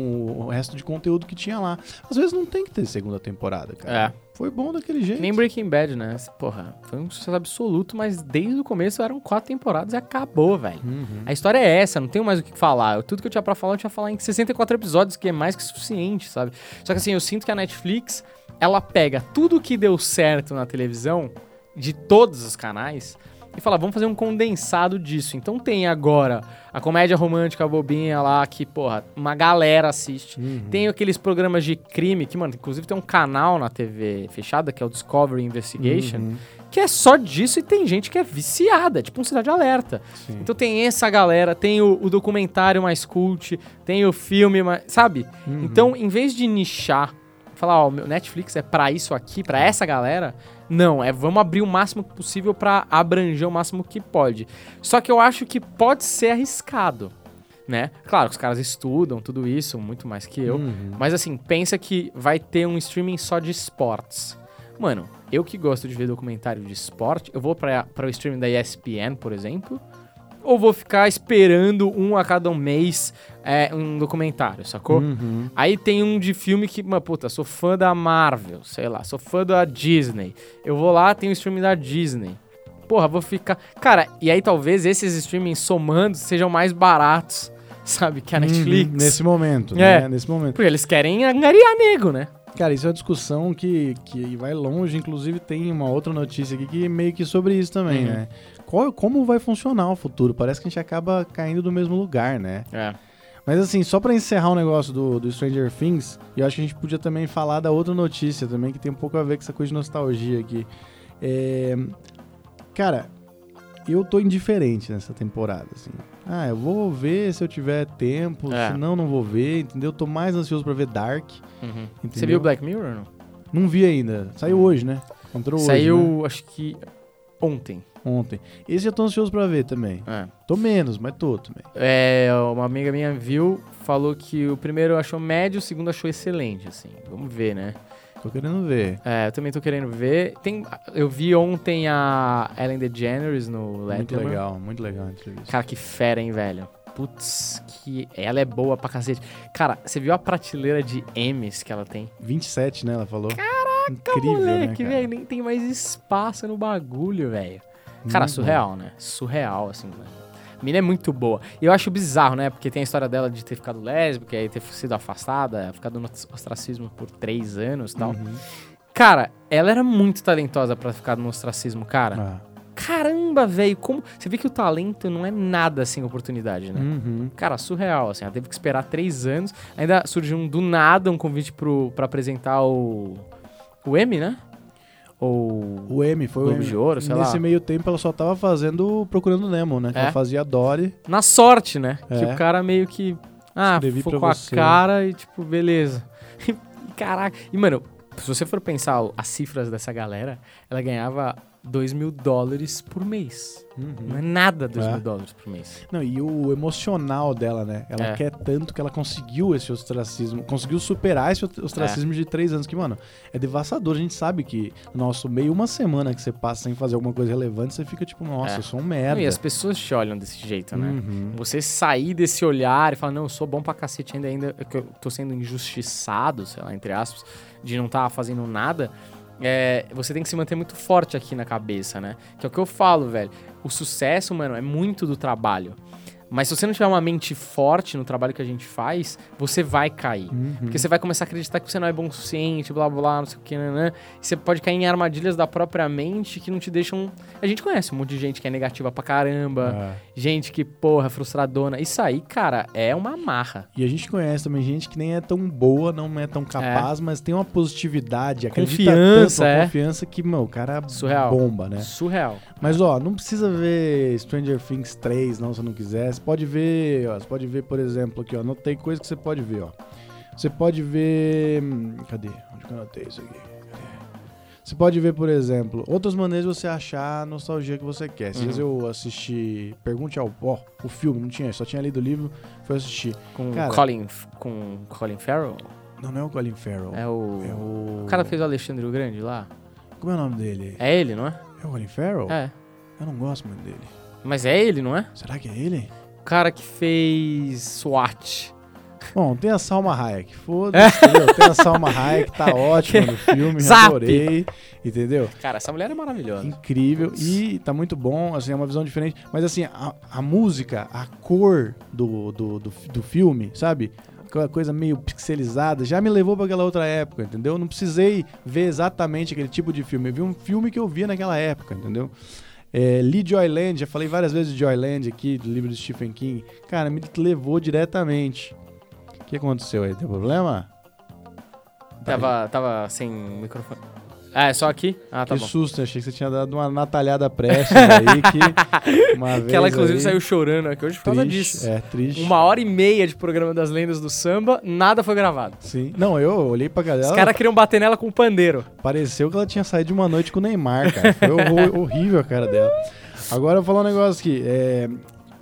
[SPEAKER 4] o resto de conteúdo que tinha lá. Às vezes não tem que ter segunda temporada, cara.
[SPEAKER 3] É.
[SPEAKER 4] Foi bom daquele
[SPEAKER 3] Que
[SPEAKER 4] jeito.
[SPEAKER 3] Nem Breaking Bad, né? Porra, foi um sucesso absoluto, mas desde o começo eram quatro temporadas e acabou, velho.
[SPEAKER 4] Uhum.
[SPEAKER 3] A história é essa, não tenho mais o que falar. Eu- Tudo que eu tinha pra falar, eu tinha pra falar em 64 episódios, que é mais que suficiente, sabe? Só que assim, eu sinto que a Netflix, ela pega tudo que deu certo na televisão, de todos os canais, e fala, vamos fazer um condensado disso. Então tem agora a comédia romântica bobinha lá, que, porra, uma galera assiste. Tem aqueles programas de crime, que, mano, inclusive tem um canal na TV fechada, que é o Discovery Investigation,
[SPEAKER 4] Uhum.
[SPEAKER 3] que é só disso e tem gente que é viciada, tipo um Cidade Alerta.
[SPEAKER 4] Sim.
[SPEAKER 3] Então tem essa galera, tem o, o documentário mais cult, tem o filme mais. Sabe? Então, em vez de nichar, falar, ó, o meu Netflix é pra isso aqui, pra essa galera, não, é vamos abrir o máximo possível pra abranger o máximo que pode. Só que eu acho que pode ser arriscado, né? Claro, os caras estudam tudo isso, muito mais que eu.
[SPEAKER 4] Uhum.
[SPEAKER 3] Mas assim, pensa que vai ter um streaming só de esportes. Mano, eu que gosto de ver documentário de esporte, eu vou para o streaming da ESPN, por exemplo, ou vou ficar esperando um a cada um mês é, um documentário, sacou?
[SPEAKER 4] Uhum.
[SPEAKER 3] Aí tem um de filme que, mano, puta, sou fã da Marvel, sei lá, sou fã da Disney. Eu vou lá, tem o streaming da Disney. porra, vou ficar. Cara, e aí talvez esses streamings somando sejam mais baratos, sabe, que a Netflix.
[SPEAKER 4] Uhum, Nesse momento,
[SPEAKER 3] É.
[SPEAKER 4] né? Nesse momento.
[SPEAKER 3] Porque eles querem angariar nego, né?
[SPEAKER 4] Cara, isso é uma discussão que, que vai longe. Inclusive, tem uma outra notícia aqui que é meio que sobre isso também,
[SPEAKER 3] Uhum.
[SPEAKER 4] né? Qual- como vai funcionar o futuro? Parece que a gente acaba caindo do mesmo lugar, né?
[SPEAKER 3] É.
[SPEAKER 4] Mas assim, só pra encerrar o negócio do, do Stranger Things, eu acho que a gente podia também falar da outra notícia também, que tem um pouco a ver com essa coisa de nostalgia aqui. É, Cara, eu tô indiferente nessa temporada, assim. Ah, eu vou ver se eu tiver tempo,
[SPEAKER 3] É.
[SPEAKER 4] se não, não vou ver, entendeu? Tô mais ansioso pra ver Dark, entendeu?
[SPEAKER 3] Uhum. Você viu Black Mirror ou não?
[SPEAKER 4] Não vi ainda. Saiu hoje, né? Entrou hoje,
[SPEAKER 3] Saiu,
[SPEAKER 4] né?
[SPEAKER 3] acho que ontem.
[SPEAKER 4] ontem. Esse eu tô ansioso pra ver também.
[SPEAKER 3] É.
[SPEAKER 4] Tô menos, mas tô também.
[SPEAKER 3] É, uma amiga minha viu, falou que o primeiro achou médio, o segundo achou excelente, assim. Vamos ver, né?
[SPEAKER 4] Tô querendo ver.
[SPEAKER 3] É, eu também tô querendo ver. Tem, eu vi ontem a Ellen DeGeneres no
[SPEAKER 4] Muito
[SPEAKER 3] Letterman.
[SPEAKER 4] legal, muito legal a entrevista.
[SPEAKER 3] Cara, que fera, hein, velho? Putz, que ela é boa pra cacete. Cara, você viu a prateleira de M's que ela tem?
[SPEAKER 4] 27, né? Ela falou. Caraca, né,
[SPEAKER 3] moleque, velho, nem tem mais espaço no bagulho, velho. Cara, surreal, né? Surreal, assim, mano. A mina é muito boa. E eu acho bizarro, né? Porque tem a história dela de ter ficado lésbica e ter sido afastada, ficado no ostracismo por três anos e tal.
[SPEAKER 4] Uhum.
[SPEAKER 3] Cara, ela era muito talentosa pra ficar no ostracismo, cara.
[SPEAKER 4] Ah,
[SPEAKER 3] Caramba, velho, como. Você vê que o talento não é nada sem oportunidade, né?
[SPEAKER 4] uhum.
[SPEAKER 3] Cara, surreal, assim. Ela teve que esperar três anos. Ainda surgiu um, do nada um convite pro, pra apresentar o. O M, né? Ou.
[SPEAKER 4] O M foi o
[SPEAKER 3] Globo
[SPEAKER 4] M.
[SPEAKER 3] de Ouro, sei lá.
[SPEAKER 4] Nesse meio tempo ela só tava fazendo Procurando Nemo, né? Que
[SPEAKER 3] É?
[SPEAKER 4] Ela fazia a Dory.
[SPEAKER 3] Na sorte, né? Que
[SPEAKER 4] É.
[SPEAKER 3] o cara meio que. Ah,
[SPEAKER 4] Escrevi
[SPEAKER 3] foi
[SPEAKER 4] pra
[SPEAKER 3] com a
[SPEAKER 4] você.
[SPEAKER 3] cara e tipo, beleza. E, Caraca. E, mano, se você for pensar o- as cifras dessa galera, ela ganhava 2 mil dólares por mês. Não é nada 2
[SPEAKER 4] É.
[SPEAKER 3] mil dólares por mês.
[SPEAKER 4] Não, e o emocional dela, né? Ela
[SPEAKER 3] É.
[SPEAKER 4] quer tanto que ela conseguiu esse ostracismo, conseguiu superar esse ostracismo de três anos, que, mano, é devastador. A gente sabe que, nosso, meio uma semana que você passa sem fazer alguma coisa relevante, você fica tipo, nossa,
[SPEAKER 3] É.
[SPEAKER 4] eu sou um
[SPEAKER 3] Não,
[SPEAKER 4] merda.
[SPEAKER 3] e as pessoas te olham desse jeito, né?
[SPEAKER 4] Uhum.
[SPEAKER 3] Você sair desse olhar e falar, não, eu sou bom pra cacete ainda, ainda é que eu tô sendo injustiçado, sei lá, entre aspas, de não estar fazendo nada. é, você tem que se manter muito forte aqui na cabeça, né? Que é o que eu falo, velho. O sucesso, mano, é muito do trabalho. Mas se você não tiver uma mente forte no trabalho que a gente faz, você vai cair.
[SPEAKER 4] Uhum.
[SPEAKER 3] Porque você vai começar a acreditar que você não é bom o suficiente, blá blá, blá, não sei o que, né? Você pode cair em armadilhas da própria mente que não te deixam. A gente conhece um monte de gente que é negativa pra caramba.
[SPEAKER 4] É.
[SPEAKER 3] Gente que, porra, é frustradona. Isso aí, cara, é uma marra.
[SPEAKER 4] E a gente conhece também gente que nem é tão boa, não é tão capaz, mas tem uma positividade, acredita
[SPEAKER 3] Confiança,
[SPEAKER 4] tanto, uma
[SPEAKER 3] é.
[SPEAKER 4] confiança que, meu, o cara
[SPEAKER 3] Surreal.
[SPEAKER 4] bomba, né?
[SPEAKER 3] Surreal.
[SPEAKER 4] Mas ó, não precisa ver Stranger Things 3, não, se não quiser. Você pode ver, ó, você pode ver, por exemplo, aqui, ó, não tem coisa que você pode ver, ó. Você pode ver, hum, cadê? Onde que eu anotei isso aqui? Cadê? Você pode ver, por exemplo, outras maneiras de você achar a nostalgia que você quer. Às vezes
[SPEAKER 3] Uhum.
[SPEAKER 4] eu assisti Pergunte ao Ó, o filme, não tinha, só tinha lido o livro, foi assistir.
[SPEAKER 3] Com
[SPEAKER 4] Cara.
[SPEAKER 3] Colin. Com Colin Farrell?
[SPEAKER 4] Não, não é o Colin Farrell.
[SPEAKER 3] É o.
[SPEAKER 4] É o...
[SPEAKER 3] O cara que fez o Alexandre o Grande lá.
[SPEAKER 4] Como é o nome dele?
[SPEAKER 3] É ele, não é?
[SPEAKER 4] É o Colin Farrell?
[SPEAKER 3] É.
[SPEAKER 4] Eu não gosto muito dele.
[SPEAKER 3] Mas é ele, não é?
[SPEAKER 4] Será que é ele?
[SPEAKER 3] O cara que fez SWAT.
[SPEAKER 4] Bom, tem a Salma Hayek, foda-se, entendeu? Tem a Salma Hayek, tá ótima no filme,
[SPEAKER 3] Zap!
[SPEAKER 4] adorei, entendeu?
[SPEAKER 3] Cara, essa mulher é maravilhosa.
[SPEAKER 4] Incrível e tá muito bom, assim, é uma visão diferente. Mas assim, a, a música, a cor do, do, do, do filme, sabe? Aquela coisa meio pixelizada, já me levou pra aquela outra época, entendeu? Não precisei ver exatamente aquele tipo de filme. Eu vi um filme que eu via naquela época, entendeu? É, li Joyland, já falei várias vezes de Joyland aqui, do livro de Stephen King. Cara, me levou diretamente. O que aconteceu aí? Tem problema? Então,
[SPEAKER 3] Tava, tava sem microfone. Ah, é só aqui? Ah, tá
[SPEAKER 4] que
[SPEAKER 3] bom.
[SPEAKER 4] susto, achei que você tinha dado uma natalhada prestes aí que uma vez
[SPEAKER 3] Que ela, inclusive,
[SPEAKER 4] aí,
[SPEAKER 3] saiu chorando aqui hoje por causa
[SPEAKER 4] triste,
[SPEAKER 3] disso.
[SPEAKER 4] É, triste.
[SPEAKER 3] Uma hora e meia de programa das lendas do samba, nada foi gravado.
[SPEAKER 4] Sim. Não, eu olhei pra galera,
[SPEAKER 3] Os caras queriam bater nela com um pandeiro.
[SPEAKER 4] pareceu que ela tinha saído de uma noite com o Neymar, cara. Foi horror- horrível a cara dela. Agora eu vou falar um negócio aqui. é,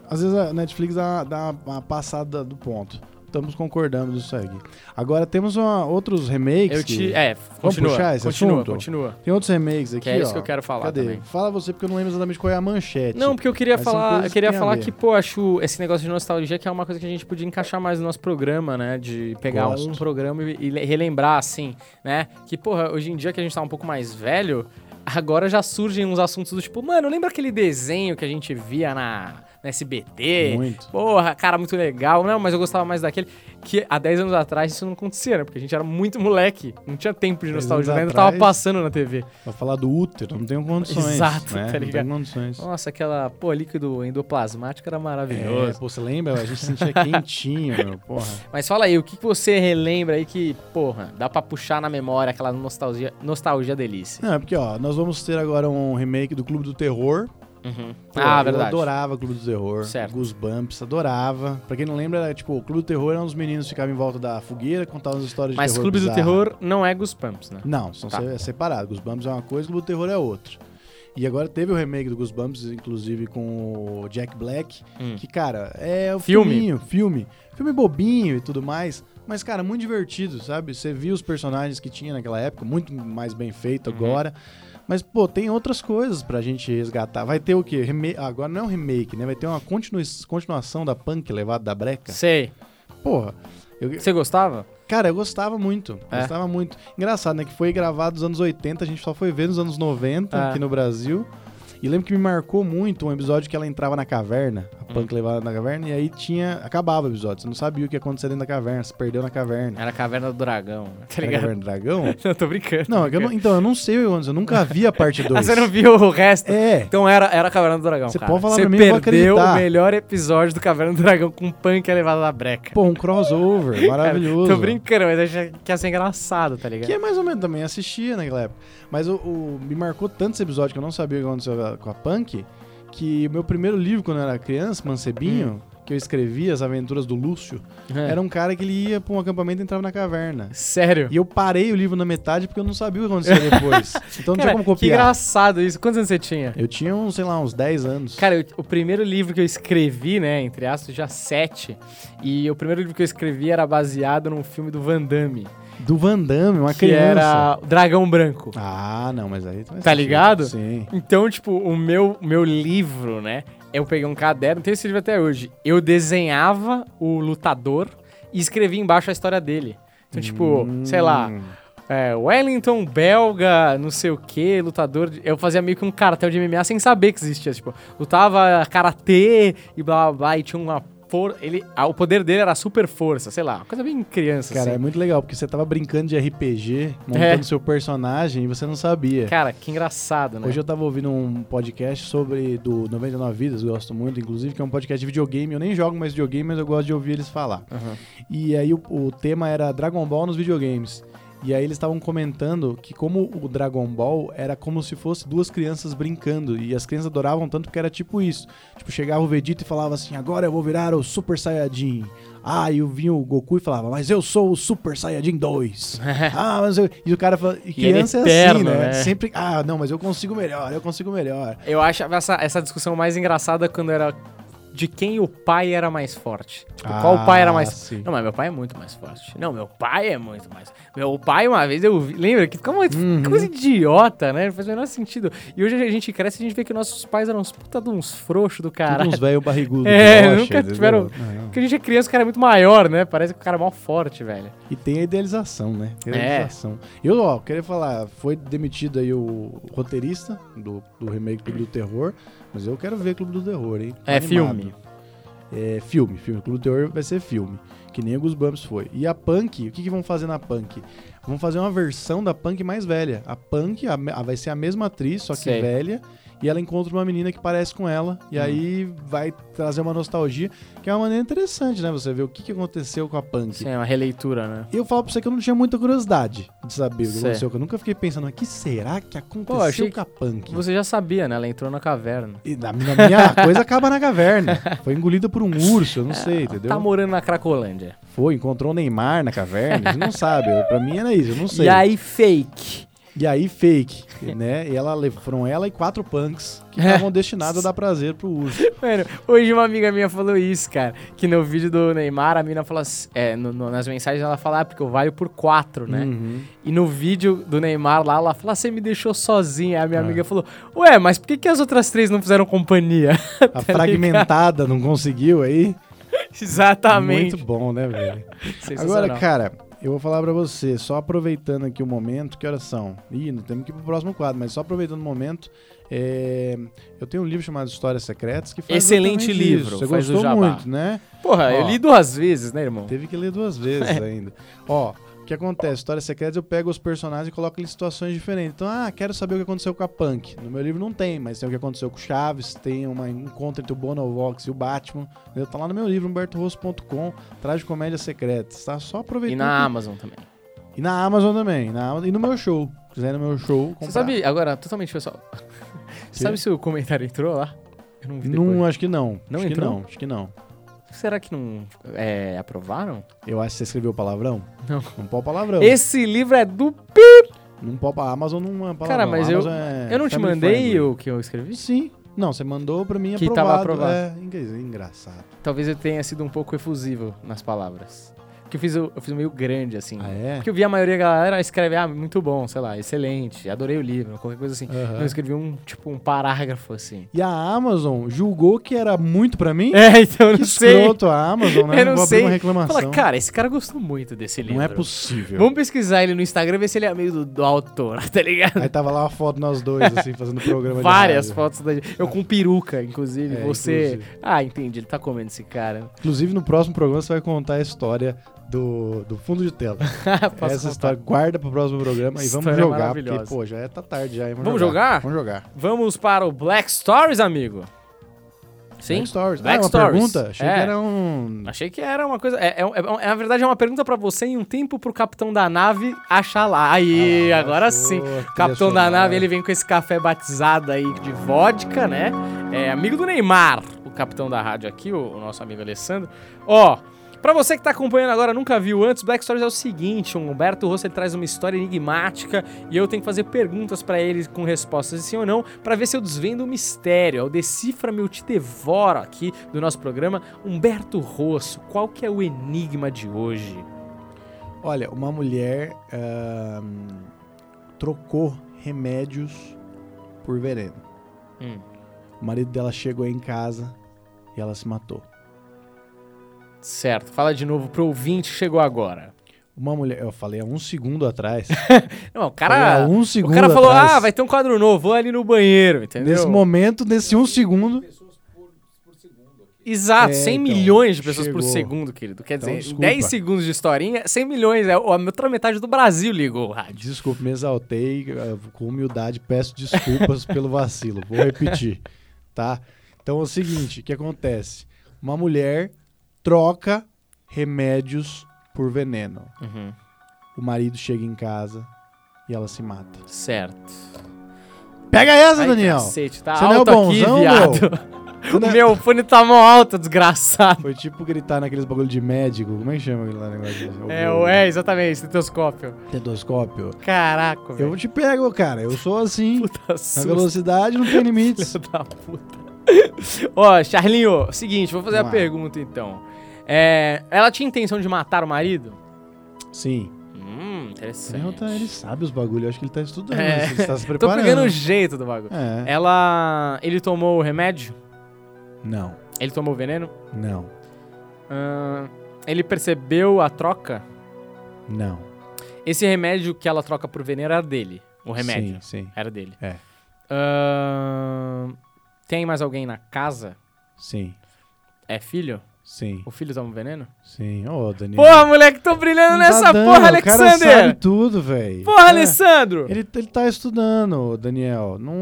[SPEAKER 4] às vezes a Netflix dá, dá uma passada do ponto. Estamos concordando disso aqui. Agora temos uma- outros remakes.
[SPEAKER 3] Eu te.
[SPEAKER 4] que-
[SPEAKER 3] É, continua.
[SPEAKER 4] puxar esse
[SPEAKER 3] continua,
[SPEAKER 4] assunto?
[SPEAKER 3] continua.
[SPEAKER 4] Tem outros remakes aqui,
[SPEAKER 3] Que é isso
[SPEAKER 4] ó.
[SPEAKER 3] que eu quero falar
[SPEAKER 4] Cadê?
[SPEAKER 3] também.
[SPEAKER 4] Fala você, porque eu não lembro exatamente qual é a manchete.
[SPEAKER 3] Não, porque eu queria
[SPEAKER 4] Mas são
[SPEAKER 3] falar,
[SPEAKER 4] coisas
[SPEAKER 3] eu queria
[SPEAKER 4] que tem a
[SPEAKER 3] falar
[SPEAKER 4] ver.
[SPEAKER 3] que, pô, acho esse negócio de nostalgia que é uma coisa que a gente podia encaixar mais no nosso programa, né? De pegar
[SPEAKER 4] Gosto.
[SPEAKER 3] um programa e, e le- relembrar, assim, né? Que, porra, hoje em dia que a gente tá um pouco mais velho, agora já surgem uns assuntos do tipo, mano, lembra aquele desenho que a gente via na, na SBT?
[SPEAKER 4] Muito.
[SPEAKER 3] Porra, cara, muito legal. Não, mas eu gostava mais daquele. Que há 10 anos atrás isso não acontecia, né? Porque a gente era muito moleque. Não tinha tempo de
[SPEAKER 4] 10
[SPEAKER 3] nostalgia,
[SPEAKER 4] anos
[SPEAKER 3] ainda tava
[SPEAKER 4] atrás.
[SPEAKER 3] passando na TV.
[SPEAKER 4] Pra falar do útero, não tenho condições.
[SPEAKER 3] Exato,
[SPEAKER 4] né?
[SPEAKER 3] tá ligado?
[SPEAKER 4] Não tenho condições.
[SPEAKER 3] Nossa, aquela, pô, líquido endoplasmático era
[SPEAKER 4] É,
[SPEAKER 3] maravilhoso.
[SPEAKER 4] pô, você lembra? A gente se sentia quentinho, meu, porra.
[SPEAKER 3] Mas fala aí, o que que você relembra aí que, porra, dá pra puxar na memória aquela nostalgia, nostalgia delícia?
[SPEAKER 4] Não, é porque, ó, nós vamos ter agora um remake do Clube do Terror. Pô,
[SPEAKER 3] ah,
[SPEAKER 4] Eu
[SPEAKER 3] verdade.
[SPEAKER 4] adorava Clube do Terror.
[SPEAKER 3] Certo.
[SPEAKER 4] Goosebumps, adorava. Pra quem não lembra, era, tipo, o Clube do Terror eram os meninos que ficavam em volta da fogueira, contavam as histórias
[SPEAKER 3] Mas
[SPEAKER 4] de terror
[SPEAKER 3] Clube do
[SPEAKER 4] bizarra.
[SPEAKER 3] Terror não é Goosebumps, né?
[SPEAKER 4] Não, são
[SPEAKER 3] Tá.
[SPEAKER 4] se- separados. Goosebumps é uma coisa, Clube do Terror é outra. E agora teve o remake do Goosebumps, inclusive com o Jack Black,
[SPEAKER 3] Hum.
[SPEAKER 4] que, cara, é o
[SPEAKER 3] Filme.
[SPEAKER 4] filminho, filme. Filme bobinho e tudo mais, mas, cara, muito divertido, sabe? Você viu os personagens que tinha naquela época, muito mais bem feito
[SPEAKER 3] Uhum.
[SPEAKER 4] agora. Mas, pô, tem outras coisas pra gente resgatar. Vai ter o quê? Rema- Agora não é um remake, né? Vai ter uma continui- continuação da Punk levada da breca.
[SPEAKER 3] Sei.
[SPEAKER 4] Porra, eu,
[SPEAKER 3] Você gostava?
[SPEAKER 4] Cara, eu gostava muito.
[SPEAKER 3] É?
[SPEAKER 4] Gostava muito. Engraçado, né? Que foi gravado nos anos 80, a gente só foi ver nos anos 90
[SPEAKER 3] Ah.
[SPEAKER 4] aqui no Brasil. E lembro que me marcou muito um episódio que ela entrava na caverna, a
[SPEAKER 3] Hum.
[SPEAKER 4] punk levava na caverna, e aí tinha. Acabava o episódio. Você não sabia o que ia acontecer dentro da caverna, se perdeu na caverna.
[SPEAKER 3] Era a Caverna do Dragão, né? tá
[SPEAKER 4] Era
[SPEAKER 3] ligado?
[SPEAKER 4] caverna do dragão?
[SPEAKER 3] Eu tô brincando.
[SPEAKER 4] Não, é que eu não- então, eu não sei o que aconteceu, eu nunca vi a parte 2.
[SPEAKER 3] Ah, você não viu o resto?
[SPEAKER 4] É.
[SPEAKER 3] Então era, era a Caverna do Dragão,
[SPEAKER 4] Você
[SPEAKER 3] cara.
[SPEAKER 4] pode falar
[SPEAKER 3] Você
[SPEAKER 4] pra mim, eu vou
[SPEAKER 3] perdeu o
[SPEAKER 4] acreditar.
[SPEAKER 3] melhor episódio do Caverna do Dragão com punk elevado da breca.
[SPEAKER 4] Pô, um crossover, maravilhoso.
[SPEAKER 3] Tô brincando, mas achei que ia ser engraçado, tá ligado?
[SPEAKER 4] Que é mais ou menos também, assistia naquela época. Mas o, o- me marcou tanto esse episódio que eu não sabia o que aconteceu com a Punk, que o meu primeiro livro, quando eu era criança, Mancebinho, que eu escrevia, As Aventuras do Lúcio,
[SPEAKER 3] Hum. É.
[SPEAKER 4] era um cara que ele ia pra um acampamento e entrava na caverna.
[SPEAKER 3] Sério?
[SPEAKER 4] E eu parei o livro na metade porque eu não sabia o que aconteceu depois. Então não tinha
[SPEAKER 3] Cara,
[SPEAKER 4] como
[SPEAKER 3] que
[SPEAKER 4] copiar.
[SPEAKER 3] engraçado isso. Quantos anos você tinha?
[SPEAKER 4] Eu tinha, uns, sei lá, uns 10 anos.
[SPEAKER 3] Cara, eu- o primeiro livro que eu escrevi, né, entre aspas, já sete, e o primeiro livro que eu escrevi era baseado num filme do Van Damme,
[SPEAKER 4] Do Van Damme, uma
[SPEAKER 3] que
[SPEAKER 4] criança.
[SPEAKER 3] era o Dragão Branco.
[SPEAKER 4] Ah, não, mas aí... tu vai
[SPEAKER 3] Tá
[SPEAKER 4] assistir.
[SPEAKER 3] ligado?
[SPEAKER 4] Sim.
[SPEAKER 3] Então, tipo, o meu, o meu livro, né? Eu peguei um caderno, tenho esse livro até hoje. Eu desenhava o lutador e escrevia embaixo a história dele. Então, tipo,
[SPEAKER 4] Hum.
[SPEAKER 3] sei lá, é, Wellington belga, não sei o que, lutador. de- Eu fazia meio que um cartel de MMA sem saber que existia. Tipo, lutava karatê e blá blá blá, e tinha uma. For... Ele... ah, O poder dele era super força, sei lá, uma coisa bem criança,
[SPEAKER 4] Cara, é
[SPEAKER 3] assim.
[SPEAKER 4] muito legal, porque você tava brincando de RPG, montando
[SPEAKER 3] É.
[SPEAKER 4] seu personagem e você não sabia.
[SPEAKER 3] Cara, que engraçado, né?
[SPEAKER 4] é Hoje eu tava ouvindo um podcast sobre do 99 Vidas, eu gosto muito, inclusive, que é um podcast de videogame. Eu nem jogo mais videogame, mas eu gosto de ouvir eles falar.
[SPEAKER 3] Aham.
[SPEAKER 4] E aí o, o tema era Dragon Ball nos videogames. E aí eles estavam comentando que como o Dragon Ball era como se fosse duas crianças brincando. E as crianças adoravam tanto porque era tipo isso. Tipo, chegava o Vegeta e falava assim, agora eu vou virar o Super Saiyajin. Ah, e vinha o Goku e falava, mas eu sou o Super Saiyajin 2. ah, mas eu... E o cara fala,
[SPEAKER 3] ele
[SPEAKER 4] e
[SPEAKER 3] é
[SPEAKER 4] criança é,
[SPEAKER 3] eterno,
[SPEAKER 4] assim, né?
[SPEAKER 3] né?
[SPEAKER 4] Sempre, ah, não, mas eu consigo melhor, eu consigo melhor.
[SPEAKER 3] Eu achava essa, essa discussão mais engraçada quando era de quem o pai era mais forte. Tipo, qual o pai era mais
[SPEAKER 4] Ah, sim.
[SPEAKER 3] Não, mas meu pai é muito mais forte. Não, meu pai é muito mais. Meu pai, uma vez eu vi. Lembra que ficava uma
[SPEAKER 4] Uhum.
[SPEAKER 3] que coisa idiota, né? Não faz o menor sentido. E hoje a gente cresce e a gente vê que nossos pais eram uns puta de uns frouxos do
[SPEAKER 4] Tudo
[SPEAKER 3] caralho.
[SPEAKER 4] uns velho barrigudo.
[SPEAKER 3] É,
[SPEAKER 4] que rocha,
[SPEAKER 3] nunca
[SPEAKER 4] entendeu?
[SPEAKER 3] tiveram-
[SPEAKER 4] Não.
[SPEAKER 3] Porque a gente é criança, o cara é muito maior, né? Parece que o cara é mó forte, velho.
[SPEAKER 4] E tem a idealização, né? Tem a
[SPEAKER 3] É.
[SPEAKER 4] idealização. Eu, ó, queria falar, foi demitido aí o roteirista do, do remake Clube do Terror, mas eu quero ver Clube do Terror, hein?
[SPEAKER 3] É
[SPEAKER 4] Animado.
[SPEAKER 3] filme.
[SPEAKER 4] É filme, filme. Clube do Terror vai ser filme. Que nem o Goosebumps foi. E a Punk, o que, que vão fazer na Punk? Vão fazer uma versão da Punk mais velha. A Punk a me- a- vai ser a mesma atriz, só que
[SPEAKER 3] Sei. Hum.
[SPEAKER 4] velha. E ela encontra uma menina que parece com ela. E aí vai trazer uma nostalgia, que é uma maneira interessante, né? Você ver o que, que aconteceu com a Punk.
[SPEAKER 3] Isso é uma releitura, né?
[SPEAKER 4] Eu falo pra você que eu não tinha muita curiosidade de saber o que
[SPEAKER 3] Certo.
[SPEAKER 4] aconteceu. que Eu nunca fiquei pensando, o que será que
[SPEAKER 3] Pô, achei
[SPEAKER 4] aconteceu
[SPEAKER 3] que
[SPEAKER 4] com a Punk?
[SPEAKER 3] Você já sabia, né? Ela entrou na caverna.
[SPEAKER 4] E na, na minha a coisa acaba na caverna. Foi engolida por um urso, eu não sei, entendeu?
[SPEAKER 3] Tá morando na Cracolândia.
[SPEAKER 4] Foi, encontrou o Neymar na caverna, a gente não sabe. Eu- Pra mim era isso, eu não sei.
[SPEAKER 3] E aí, fake.
[SPEAKER 4] E aí, fake, né? E ela, le- foram ela e quatro punks que estavam destinados a dar prazer pro urso.
[SPEAKER 3] Mano, hoje uma amiga minha falou isso, cara. Que no vídeo do Neymar, a mina falou assim, é, no- no- nas mensagens ela fala, ah, porque eu valho por quatro, né?
[SPEAKER 4] Uhum.
[SPEAKER 3] E no vídeo do Neymar lá, ela fala, ah, você me deixou sozinha. Aí a minha
[SPEAKER 4] É.
[SPEAKER 3] amiga falou, ué, mas por que, que as outras três não fizeram companhia?
[SPEAKER 4] A fragmentada não conseguiu aí.
[SPEAKER 3] Exatamente.
[SPEAKER 4] Muito bom, né, velho?
[SPEAKER 3] Sensacional.
[SPEAKER 4] Agora, cara, Eu vou falar pra você, só aproveitando aqui o momento, que horas são? Ih, não temos que ir pro próximo quadro, mas só aproveitando o momento, é, eu tenho um livro chamado Histórias Secretas que faz
[SPEAKER 3] Excelente
[SPEAKER 4] exatamente isso.
[SPEAKER 3] livro,
[SPEAKER 4] Você
[SPEAKER 3] faz o
[SPEAKER 4] gostou
[SPEAKER 3] jabá.
[SPEAKER 4] muito, né?
[SPEAKER 3] Porra,
[SPEAKER 4] Ó.
[SPEAKER 3] eu li duas vezes, né, irmão?
[SPEAKER 4] Teve que ler duas vezes ainda. Ó, o que acontece? Histórias secretas eu pego os personagens e coloco eles em situações diferentes. Então, ah, quero saber o que aconteceu com a Punk. No meu livro não tem, mas tem o que aconteceu com o Chaves, tem uma encontro entre o Bonovox e o Batman. entendeu? Tá lá no meu livro, humbertorosso.com, traz de comédias secretas, tá? Só
[SPEAKER 3] E
[SPEAKER 4] aproveitando.
[SPEAKER 3] na Amazon também.
[SPEAKER 4] E na Amazon também. na Amazon- e no meu show. Se quiser ir no meu show, comprar.
[SPEAKER 3] Você sabe, agora, totalmente pessoal. Você sabe se o comentário entrou lá? Eu não vi depois.
[SPEAKER 4] Não, acho que não.
[SPEAKER 3] Não
[SPEAKER 4] acho
[SPEAKER 3] entrou?
[SPEAKER 4] que não, acho que não.
[SPEAKER 3] Será que não é, aprovaram?
[SPEAKER 4] Eu acho que você escreveu palavrão?
[SPEAKER 3] Não.
[SPEAKER 4] Não pode palavrão.
[SPEAKER 3] Esse livro é do.
[SPEAKER 4] Não pode a Amazon não é palavrão.
[SPEAKER 3] Cara, mas
[SPEAKER 4] A
[SPEAKER 3] eu-
[SPEAKER 4] Amazon é
[SPEAKER 3] eu não te
[SPEAKER 4] family
[SPEAKER 3] mandei
[SPEAKER 4] friendly.
[SPEAKER 3] o que eu escrevi?
[SPEAKER 4] Sim. Não, você mandou pra mim
[SPEAKER 3] Que
[SPEAKER 4] aprovado.
[SPEAKER 3] tava
[SPEAKER 4] É, engra- engraçado.
[SPEAKER 3] Talvez eu tenha sido um pouco efusivo nas palavras. Porque eu fiz, o- eu fiz meio grande, assim.
[SPEAKER 4] Ah, é?
[SPEAKER 3] Porque eu vi a maioria da galera escreve, ah, muito bom, sei lá, excelente, adorei o livro, qualquer coisa assim.
[SPEAKER 4] Aham.
[SPEAKER 3] Eu escrevi um, tipo, um parágrafo, assim.
[SPEAKER 4] E a Amazon julgou que era muito pra mim?
[SPEAKER 3] É, então eu
[SPEAKER 4] que
[SPEAKER 3] não sei.
[SPEAKER 4] escroto a Amazon, né?
[SPEAKER 3] Eu não
[SPEAKER 4] Vou
[SPEAKER 3] sei.
[SPEAKER 4] abrir uma reclamação.
[SPEAKER 3] Fala, cara, esse cara gostou muito desse livro.
[SPEAKER 4] não é possível.
[SPEAKER 3] Vamos pesquisar ele no Instagram, ver se ele é amigo do, do autor, tá ligado?
[SPEAKER 4] Aí tava lá uma foto nós dois, assim, fazendo programa de
[SPEAKER 3] Várias
[SPEAKER 4] rádio.
[SPEAKER 3] fotos da Eu com peruca, inclusive.
[SPEAKER 4] É,
[SPEAKER 3] você.
[SPEAKER 4] inclusive.
[SPEAKER 3] Ah, entendi, ele tá comendo esse cara.
[SPEAKER 4] Inclusive, no próximo programa você vai contar a história do, do fundo de tela.
[SPEAKER 3] Posso
[SPEAKER 4] Essa
[SPEAKER 3] contar?
[SPEAKER 4] história guarda pro próximo programa e vamos
[SPEAKER 3] História
[SPEAKER 4] jogar, porque,
[SPEAKER 3] maravilhosa.
[SPEAKER 4] pô, já é tá tarde já. hein?
[SPEAKER 3] Vamos jogar?
[SPEAKER 4] Vamos jogar.
[SPEAKER 3] Vamos para o Black Stories, amigo. Sim?
[SPEAKER 4] Black Stories.
[SPEAKER 3] Black
[SPEAKER 4] ah, é uma
[SPEAKER 3] Stories.
[SPEAKER 4] pergunta? Achei
[SPEAKER 3] É.
[SPEAKER 4] que era um...
[SPEAKER 3] Achei que era uma coisa. É, é, um- é um- é, na verdade, é uma pergunta pra você e um tempo pro capitão da nave achar lá. Aí,
[SPEAKER 4] Ah,
[SPEAKER 3] agora
[SPEAKER 4] achou,
[SPEAKER 3] sim.
[SPEAKER 4] trilha
[SPEAKER 3] Capitão da
[SPEAKER 4] sonora.
[SPEAKER 3] nave, ele vem com esse café batizado aí de vodka, né? É amigo do Neymar, o capitão da rádio aqui, o, o nosso amigo Alessandro. Ó. Pra você que tá acompanhando agora, nunca viu antes, Black Stories é o seguinte, o Humberto Rosso ele traz uma história enigmática e eu tenho que fazer perguntas pra ele com respostas sim ou não, pra ver se eu desvendo o mistério. É o Decifra Meu Te Devoro aqui do nosso programa. Humberto Rosso, qual que é o enigma de hoje?
[SPEAKER 4] Olha, uma mulher ahn, trocou remédios por veneno.
[SPEAKER 3] Hum.
[SPEAKER 4] O marido dela chegou em casa e ela se matou.
[SPEAKER 3] Certo, fala de novo pro ouvinte que chegou agora.
[SPEAKER 4] Uma mulher, eu falei há um segundo atrás.
[SPEAKER 3] Não, o
[SPEAKER 4] Falei
[SPEAKER 3] cara.
[SPEAKER 4] há um
[SPEAKER 3] o
[SPEAKER 4] segundo
[SPEAKER 3] cara falou:
[SPEAKER 4] atrás.
[SPEAKER 3] ah, vai ter um quadro novo, vou ali no banheiro, entendeu?
[SPEAKER 4] Nesse momento, nesse um segundo.
[SPEAKER 3] Exato,
[SPEAKER 4] É,
[SPEAKER 3] 100
[SPEAKER 4] então,
[SPEAKER 3] milhões de pessoas por
[SPEAKER 4] chegou.
[SPEAKER 3] segundo, querido. Quer
[SPEAKER 4] Então,
[SPEAKER 3] dizer,
[SPEAKER 4] desculpa.
[SPEAKER 3] 10 segundos de historinha, 100 milhões. É, a outra metade do Brasil ligou o rádio.
[SPEAKER 4] Desculpe, me exaltei. eh, Com humildade, peço desculpas pelo vacilo. Vou repetir, tá? Então é o seguinte: o que acontece? Uma mulher troca remédios por veneno.
[SPEAKER 3] Uhum.
[SPEAKER 4] O marido chega em casa e ela se mata.
[SPEAKER 3] Certo.
[SPEAKER 4] Pega essa,
[SPEAKER 3] Ai,
[SPEAKER 4] Daniel!
[SPEAKER 3] cacete, tá
[SPEAKER 4] Você não é
[SPEAKER 3] alto
[SPEAKER 4] o bonzão,
[SPEAKER 3] aqui, viado.
[SPEAKER 4] Você não é-
[SPEAKER 3] Meu fone tá mó alto, desgraçado.
[SPEAKER 4] Foi tipo gritar naqueles bagulho de médico. Como é que chama aquele lá negócio?
[SPEAKER 3] É, ué, exatamente, estetoscópio.
[SPEAKER 4] Tetoscópio.
[SPEAKER 3] Caraca,
[SPEAKER 4] Eu
[SPEAKER 3] velho.
[SPEAKER 4] te pego, cara. Eu sou assim.
[SPEAKER 3] Puta
[SPEAKER 4] Na
[SPEAKER 3] susto.
[SPEAKER 4] velocidade não tem limites.
[SPEAKER 3] Filho da puta. Ó, Charlinho, seguinte, vou fazer
[SPEAKER 4] Vamos
[SPEAKER 3] a
[SPEAKER 4] lá.
[SPEAKER 3] pergunta então. É, ela tinha intenção de matar o marido?
[SPEAKER 4] Sim.
[SPEAKER 3] Hum,
[SPEAKER 4] O Daniel
[SPEAKER 3] interessante.
[SPEAKER 4] tá- ele sabe os bagulhos. Acho que ele tá estudando.
[SPEAKER 3] É.
[SPEAKER 4] Ele tá se
[SPEAKER 3] Tô
[SPEAKER 4] preparando.
[SPEAKER 3] pegando o jeito do bagulho.
[SPEAKER 4] É.
[SPEAKER 3] Ela. Ele tomou o remédio?
[SPEAKER 4] Não.
[SPEAKER 3] Ele tomou o veneno?
[SPEAKER 4] Não.
[SPEAKER 3] Ahn, ele percebeu a troca?
[SPEAKER 4] Não.
[SPEAKER 3] Esse remédio que ela troca por veneno era dele. O remédio.
[SPEAKER 4] Sim, sim.
[SPEAKER 3] Era dele.
[SPEAKER 4] É.
[SPEAKER 3] Ahn, tem mais alguém na casa?
[SPEAKER 4] Sim.
[SPEAKER 3] É filho?
[SPEAKER 4] Sim.
[SPEAKER 3] O filho toma o veneno?
[SPEAKER 4] Sim. Ô, Daniel.
[SPEAKER 3] Porra, moleque, tô brilhando
[SPEAKER 4] Não tá
[SPEAKER 3] nessa
[SPEAKER 4] dando,
[SPEAKER 3] porra,
[SPEAKER 4] O cara sabe
[SPEAKER 3] Alexander!
[SPEAKER 4] tudo, velho.
[SPEAKER 3] Porra, Alessandro!
[SPEAKER 4] Ele, ele tá estudando, Daniel. Não,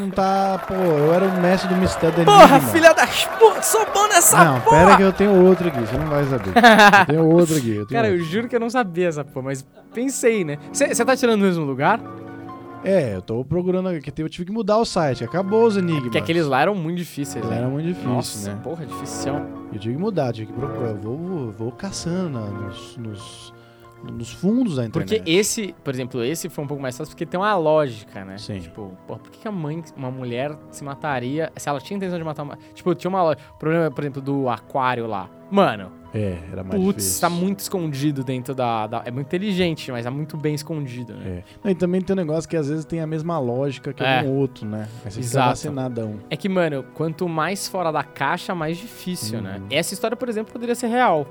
[SPEAKER 4] não tá. Pô, eu era o mestre do mistério do
[SPEAKER 3] Porra,
[SPEAKER 4] enigma.
[SPEAKER 3] filha das putas, sou bom nessa
[SPEAKER 4] é Não,
[SPEAKER 3] porra!
[SPEAKER 4] pera que eu tenho outro aqui. Você não vai saber. Eu tenho outro aqui. eu tenho
[SPEAKER 3] Cara, eu
[SPEAKER 4] outro.
[SPEAKER 3] juro que eu não sabia essa porra, mas pensei, né? Você tá tirando no mesmo lugar?
[SPEAKER 4] É, eu tô procurando aqui. Eu tive que mudar o site. Acabou os enigmas.
[SPEAKER 3] Porque aqueles lá eram muito difíceis, né?
[SPEAKER 4] Era muito difícil,
[SPEAKER 3] Nossa,
[SPEAKER 4] né?
[SPEAKER 3] porra, é difícil.
[SPEAKER 4] Eu tive que mudar, tive que procurar. Eu vou, vou caçando na- nos, nos, nos fundos da
[SPEAKER 3] Porque
[SPEAKER 4] internet.
[SPEAKER 3] esse, por exemplo, esse foi um pouco mais fácil porque tem uma lógica, né?
[SPEAKER 4] Sim.
[SPEAKER 3] Tipo, porra, por que que a mãe, uma mulher se mataria se ela tinha intenção de matar uma. Tipo, tinha uma lógica. O problema, por exemplo, do aquário lá. Mano,
[SPEAKER 4] É, era mais
[SPEAKER 3] Putz,
[SPEAKER 4] difícil.
[SPEAKER 3] tá muito escondido dentro da, da- É muito inteligente, mas tá muito bem escondido, né?
[SPEAKER 4] É. Não, E também tem um negócio que às vezes tem a mesma lógica que
[SPEAKER 3] É.
[SPEAKER 4] algum outro, né? Aí você fica
[SPEAKER 3] Exato.
[SPEAKER 4] vacinadão.
[SPEAKER 3] É. que, mano, quanto mais fora da caixa, mais difícil, né?
[SPEAKER 4] Uhum.
[SPEAKER 3] Essa história, por exemplo, poderia ser real.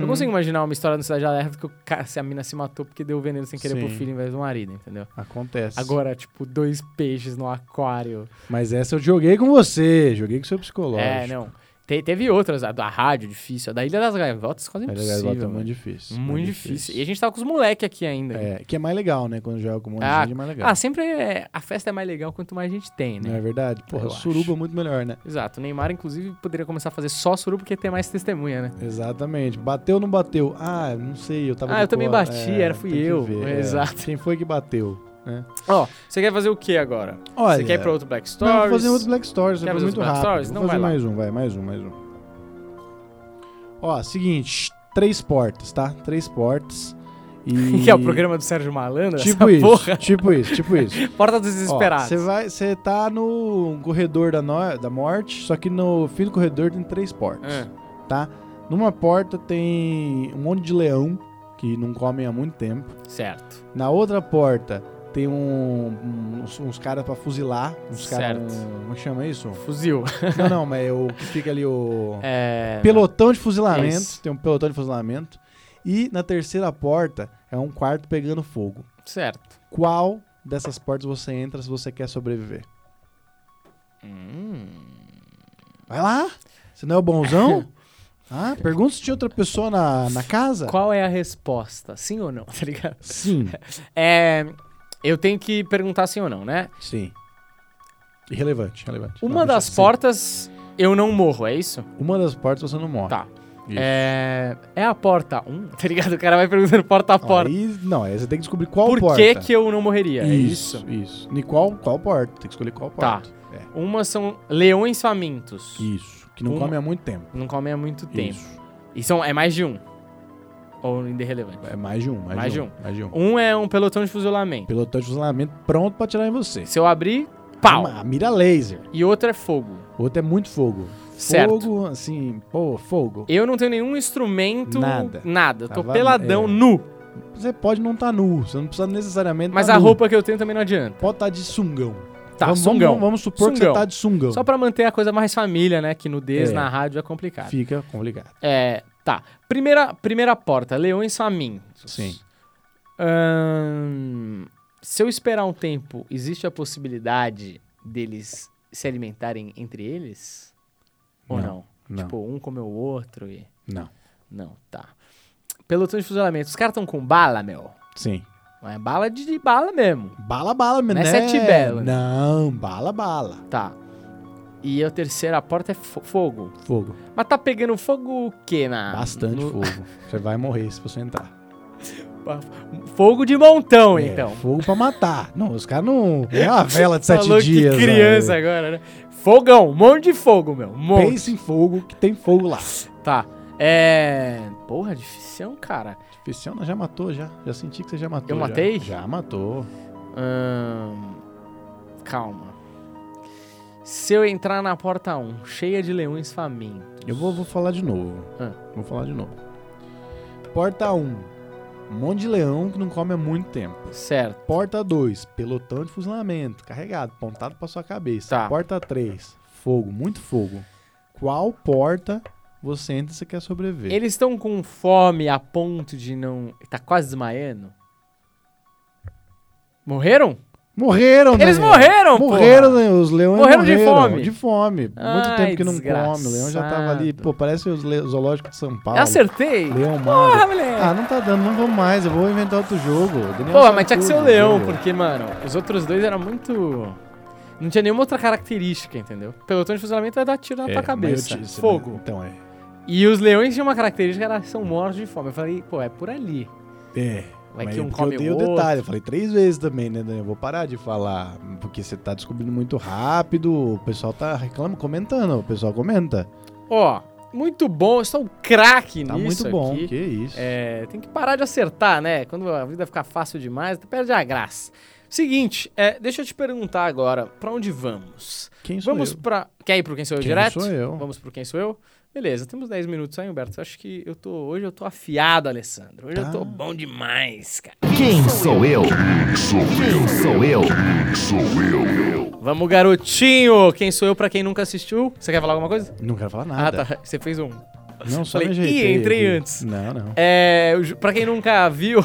[SPEAKER 3] Eu consigo imaginar uma história no Cidade Alerta que o cara, se a mina se matou porque deu veneno sem querer pro
[SPEAKER 4] Sim.
[SPEAKER 3] filho em vez do marido, entendeu?
[SPEAKER 4] Acontece.
[SPEAKER 3] Agora, tipo, dois peixes no aquário.
[SPEAKER 4] Mas essa eu joguei com você, joguei com seu psicológico.
[SPEAKER 3] É, não. Te- teve outras, a da rádio, difícil. A da Ilha das Gaivotas, quase
[SPEAKER 4] Mas a
[SPEAKER 3] impossível.
[SPEAKER 4] gaivota é muito
[SPEAKER 3] mano.
[SPEAKER 4] difícil.
[SPEAKER 3] muito difícil. E a gente tava com os moleques aqui ainda.
[SPEAKER 4] É, que é mais legal, né? Quando joga com um monte de
[SPEAKER 3] Ah,
[SPEAKER 4] gente, é mais legal.
[SPEAKER 3] Ah, sempre é- a festa é mais legal quanto mais gente tem,
[SPEAKER 4] não
[SPEAKER 3] né?
[SPEAKER 4] é verdade? Porra,
[SPEAKER 3] Eu
[SPEAKER 4] suruba é muito melhor, né?
[SPEAKER 3] Exato. O Neymar, inclusive, poderia começar a fazer só suruba porque tem mais testemunha, né?
[SPEAKER 4] Exatamente. Bateu ou não bateu? Ah, não sei, eu tava
[SPEAKER 3] Ah,
[SPEAKER 4] com
[SPEAKER 3] eu também
[SPEAKER 4] cola.
[SPEAKER 3] bati, era- fui
[SPEAKER 4] tem que
[SPEAKER 3] eu.
[SPEAKER 4] ver, é.
[SPEAKER 3] Exato.
[SPEAKER 4] Quem foi que bateu? né?
[SPEAKER 3] Ó, você quer fazer o que agora?
[SPEAKER 4] Olha,
[SPEAKER 3] você quer ir pra outro Black Stories?
[SPEAKER 4] Não, vou Então, fazer outro Black Stories,
[SPEAKER 3] Quer
[SPEAKER 4] foi
[SPEAKER 3] fazer
[SPEAKER 4] muito
[SPEAKER 3] outro Black
[SPEAKER 4] rápido.
[SPEAKER 3] Stories?
[SPEAKER 4] Vou
[SPEAKER 3] Então vai
[SPEAKER 4] fazer
[SPEAKER 3] lá.
[SPEAKER 4] mais um, vai, mais um, mais um. Ó, seguinte, três portas, tá? Três portas. E...
[SPEAKER 3] Que é o programa do Sérgio Malandro?
[SPEAKER 4] Tipo
[SPEAKER 3] essa
[SPEAKER 4] isso,
[SPEAKER 3] Porra.
[SPEAKER 4] tipo isso, tipo isso.
[SPEAKER 3] Porta dos
[SPEAKER 4] Ó,
[SPEAKER 3] Desesperados.
[SPEAKER 4] Você vai, você tá no corredor da, no- da morte, só que no fim do corredor tem três portas,
[SPEAKER 3] Ah,
[SPEAKER 4] tá? Numa porta tem um monte de leão que não comem há muito tempo.
[SPEAKER 3] certo.
[SPEAKER 4] Na outra porta tem um- um- uns, uns caras pra fuzilar, uns caras,
[SPEAKER 3] Certo.
[SPEAKER 4] um, como chama isso?
[SPEAKER 3] Fuzil.
[SPEAKER 4] não, não, mas é o que fica ali o
[SPEAKER 3] É.
[SPEAKER 4] pelotão de fuzilamento,
[SPEAKER 3] É isso.
[SPEAKER 4] tem um pelotão de fuzilamento. E na terceira porta é um quarto pegando fogo.
[SPEAKER 3] Certo.
[SPEAKER 4] Qual dessas portas você entra se você quer sobreviver?
[SPEAKER 3] Hum.
[SPEAKER 4] Vai lá! Você não é o bonzão? ah, pergunta se tinha outra pessoa na, na casa?
[SPEAKER 3] Qual é a resposta? Sim ou não, tá ligado?
[SPEAKER 4] Tá. Sim.
[SPEAKER 3] É. Eu tenho que perguntar sim ou não, né?
[SPEAKER 4] Sim. Irrelevante, relevante.
[SPEAKER 3] Uma das portas eu não morro, é isso?
[SPEAKER 4] Uma das portas você não morre.
[SPEAKER 3] Tá.
[SPEAKER 4] Isso.
[SPEAKER 3] É, é a porta 1, tá ligado? O cara vai perguntando porta a porta.
[SPEAKER 4] Aí, não, aí você tem que descobrir qual
[SPEAKER 3] Por
[SPEAKER 4] porta.
[SPEAKER 3] que que eu não morreria? É
[SPEAKER 4] Isso, isso. E qual, qual porta? Tem que escolher qual
[SPEAKER 3] Tá.
[SPEAKER 4] porta. É.
[SPEAKER 3] Uma são leões famintos.
[SPEAKER 4] Isso. Que não
[SPEAKER 3] Uma-
[SPEAKER 4] come há muito tempo.
[SPEAKER 3] Não comem há muito Um tempo.
[SPEAKER 4] Isso.
[SPEAKER 3] E são, é mais de um. Ou ainda é relevante.
[SPEAKER 4] É mais de um, mais,
[SPEAKER 3] Mais
[SPEAKER 4] de,
[SPEAKER 3] de
[SPEAKER 4] um, Mais de um.
[SPEAKER 3] Um é um pelotão de fuzilamento.
[SPEAKER 4] Pelotão de fuzilamento pronto pra tirar em você.
[SPEAKER 3] Se eu abrir, pau.
[SPEAKER 4] Uma- mira laser.
[SPEAKER 3] E outro é fogo.
[SPEAKER 4] Outro é muito fogo.
[SPEAKER 3] Certo.
[SPEAKER 4] Fogo, assim, pô, fogo.
[SPEAKER 3] Eu não tenho nenhum instrumento.
[SPEAKER 4] Nada.
[SPEAKER 3] Nada. Eu tô
[SPEAKER 4] Tava-
[SPEAKER 3] peladão,
[SPEAKER 4] é.
[SPEAKER 3] nu.
[SPEAKER 4] Você pode não estar nu, você não precisa necessariamente.
[SPEAKER 3] Mas
[SPEAKER 4] tá
[SPEAKER 3] a
[SPEAKER 4] nu.
[SPEAKER 3] roupa que eu tenho também não adianta.
[SPEAKER 4] Pode estar de sungão.
[SPEAKER 3] Tá,
[SPEAKER 4] vamos,
[SPEAKER 3] sungão.
[SPEAKER 4] Vamos, vamos supor que você
[SPEAKER 3] Sungão.
[SPEAKER 4] tá de sungão.
[SPEAKER 3] Só pra manter a coisa mais família, né? Que nudez
[SPEAKER 4] É.
[SPEAKER 3] na rádio é complicado.
[SPEAKER 4] Fica complicado.
[SPEAKER 3] É, tá. Primeira, primeira porta, leões famintos.
[SPEAKER 4] Sim.
[SPEAKER 3] Ahn, se eu esperar um tempo, existe a possibilidade deles se alimentarem entre eles? Ou
[SPEAKER 4] Não,
[SPEAKER 3] não?
[SPEAKER 4] não.
[SPEAKER 3] Tipo, um comeu o outro e...
[SPEAKER 4] Não.
[SPEAKER 3] Não, tá. Pelotão de fuzilamento. Os caras estão com bala, meu?
[SPEAKER 4] Sim.
[SPEAKER 3] É bala de, de bala mesmo.
[SPEAKER 4] Bala, bala,
[SPEAKER 3] Não
[SPEAKER 4] né?
[SPEAKER 3] é sete belo.
[SPEAKER 4] Não, bala, bala.
[SPEAKER 3] Tá. E a terceira porta é fo- fogo.
[SPEAKER 4] Fogo.
[SPEAKER 3] Mas tá pegando fogo o quê, na...
[SPEAKER 4] Bastante
[SPEAKER 3] Ah, no-
[SPEAKER 4] fogo. Você vai morrer se você entrar.
[SPEAKER 3] Fogo de montão, então.
[SPEAKER 4] É, fogo pra matar. Não, os caras não. É uma vela de sete
[SPEAKER 3] Falou
[SPEAKER 4] dias.
[SPEAKER 3] que criança
[SPEAKER 4] velho.
[SPEAKER 3] agora, né? Fogão, um monte de fogo, meu. Um monte.
[SPEAKER 4] Pensa em fogo, que tem fogo lá.
[SPEAKER 3] Tá. É. Porra, difícil, cara.
[SPEAKER 4] Pisciana já matou, já. Já senti que você já
[SPEAKER 3] Eu
[SPEAKER 4] matou. já.
[SPEAKER 3] matei?
[SPEAKER 4] Já matou.
[SPEAKER 3] Ahn, Calma. Se eu entrar na porta 1, cheia de leões famintos.
[SPEAKER 4] Eu vou, vou falar de novo.
[SPEAKER 3] Ah.
[SPEAKER 4] Vou falar de novo. Porta 1. Um monte de leão que não come há muito tempo.
[SPEAKER 3] Certo.
[SPEAKER 4] Porta 2. Pelotão de fuzilamento. Carregado, pontado pra sua cabeça.
[SPEAKER 3] Tá.
[SPEAKER 4] Porta 3. Fogo, muito fogo. Qual porta você entra se quer sobreviver?
[SPEAKER 3] Eles estão com fome a ponto de não. Tá quase desmaiando? Morreram?
[SPEAKER 4] Morreram,
[SPEAKER 3] Eles
[SPEAKER 4] Daniel.
[SPEAKER 3] morreram, porra!
[SPEAKER 4] Morreram, né? os leões
[SPEAKER 3] Morreram
[SPEAKER 4] morreram.
[SPEAKER 3] de fome.
[SPEAKER 4] De fome. Muito
[SPEAKER 3] Ai,
[SPEAKER 4] tempo que não come.
[SPEAKER 3] desgraçado.
[SPEAKER 4] O leão já tava ali. Pô, parece os le- zoológico de São Paulo.
[SPEAKER 3] Eu acertei?
[SPEAKER 4] Leão
[SPEAKER 3] Porra,
[SPEAKER 4] magro.
[SPEAKER 3] moleque!
[SPEAKER 4] Ah, não tá dando, não vamos mais. Eu vou inventar outro jogo. O Daniel
[SPEAKER 3] Pô,
[SPEAKER 4] sabe
[SPEAKER 3] mas tinha que ser o
[SPEAKER 4] tudo,
[SPEAKER 3] leão,
[SPEAKER 4] velho.
[SPEAKER 3] porque, mano, os outros dois eram muito. Não tinha nenhuma outra característica, entendeu? Pelotão de fuzilamento vai dar tiro na
[SPEAKER 4] É,
[SPEAKER 3] tua
[SPEAKER 4] mas
[SPEAKER 3] cabeça.
[SPEAKER 4] eu te- você-
[SPEAKER 3] Fogo.
[SPEAKER 4] Então é.
[SPEAKER 3] E os leões tinham uma característica, elas são mortos de fome. Eu falei, pô, é por ali.
[SPEAKER 4] É.
[SPEAKER 3] Vai
[SPEAKER 4] mas
[SPEAKER 3] que um
[SPEAKER 4] porque
[SPEAKER 3] come
[SPEAKER 4] eu dei
[SPEAKER 3] o
[SPEAKER 4] o
[SPEAKER 3] outro.
[SPEAKER 4] detalhe, eu falei três vezes também, né, Daniel? Eu Vou parar de falar, porque você tá descobrindo muito rápido, o pessoal tá reclamando, comentando, o pessoal comenta.
[SPEAKER 3] Ó, muito bom, eu sou um craque
[SPEAKER 4] Tá
[SPEAKER 3] nisso
[SPEAKER 4] muito bom,
[SPEAKER 3] aqui.
[SPEAKER 4] que isso.
[SPEAKER 3] É, tem que parar de acertar, né? Quando a vida ficar fácil demais, perde a graça. Seguinte, é, deixa eu te perguntar agora, pra onde vamos?
[SPEAKER 4] Quem sou
[SPEAKER 3] vamos
[SPEAKER 4] eu?
[SPEAKER 3] pra. Quer ir pro Quem Sou Eu
[SPEAKER 4] Quem
[SPEAKER 3] direto?
[SPEAKER 4] sou eu?
[SPEAKER 3] Vamos pro Quem Sou Eu? Beleza, temos 10 minutos aí, Humberto. Acho que eu tô. Hoje eu tô afiado, Alessandro. Hoje
[SPEAKER 4] Tá.
[SPEAKER 3] eu tô bom demais, cara.
[SPEAKER 2] Quem sou eu? Quem sou eu? Quem sou eu?
[SPEAKER 3] Vamos, garotinho! Quem sou eu pra quem nunca assistiu? Você quer falar alguma coisa?
[SPEAKER 4] Não quero falar nada.
[SPEAKER 3] Ah, tá. Você fez um.
[SPEAKER 4] Não só
[SPEAKER 3] Falei,
[SPEAKER 4] me ajeitei
[SPEAKER 3] "Ih, entrei
[SPEAKER 4] aqui."
[SPEAKER 3] antes.
[SPEAKER 4] Não, não.
[SPEAKER 3] É, o Ju- pra quem nunca viu,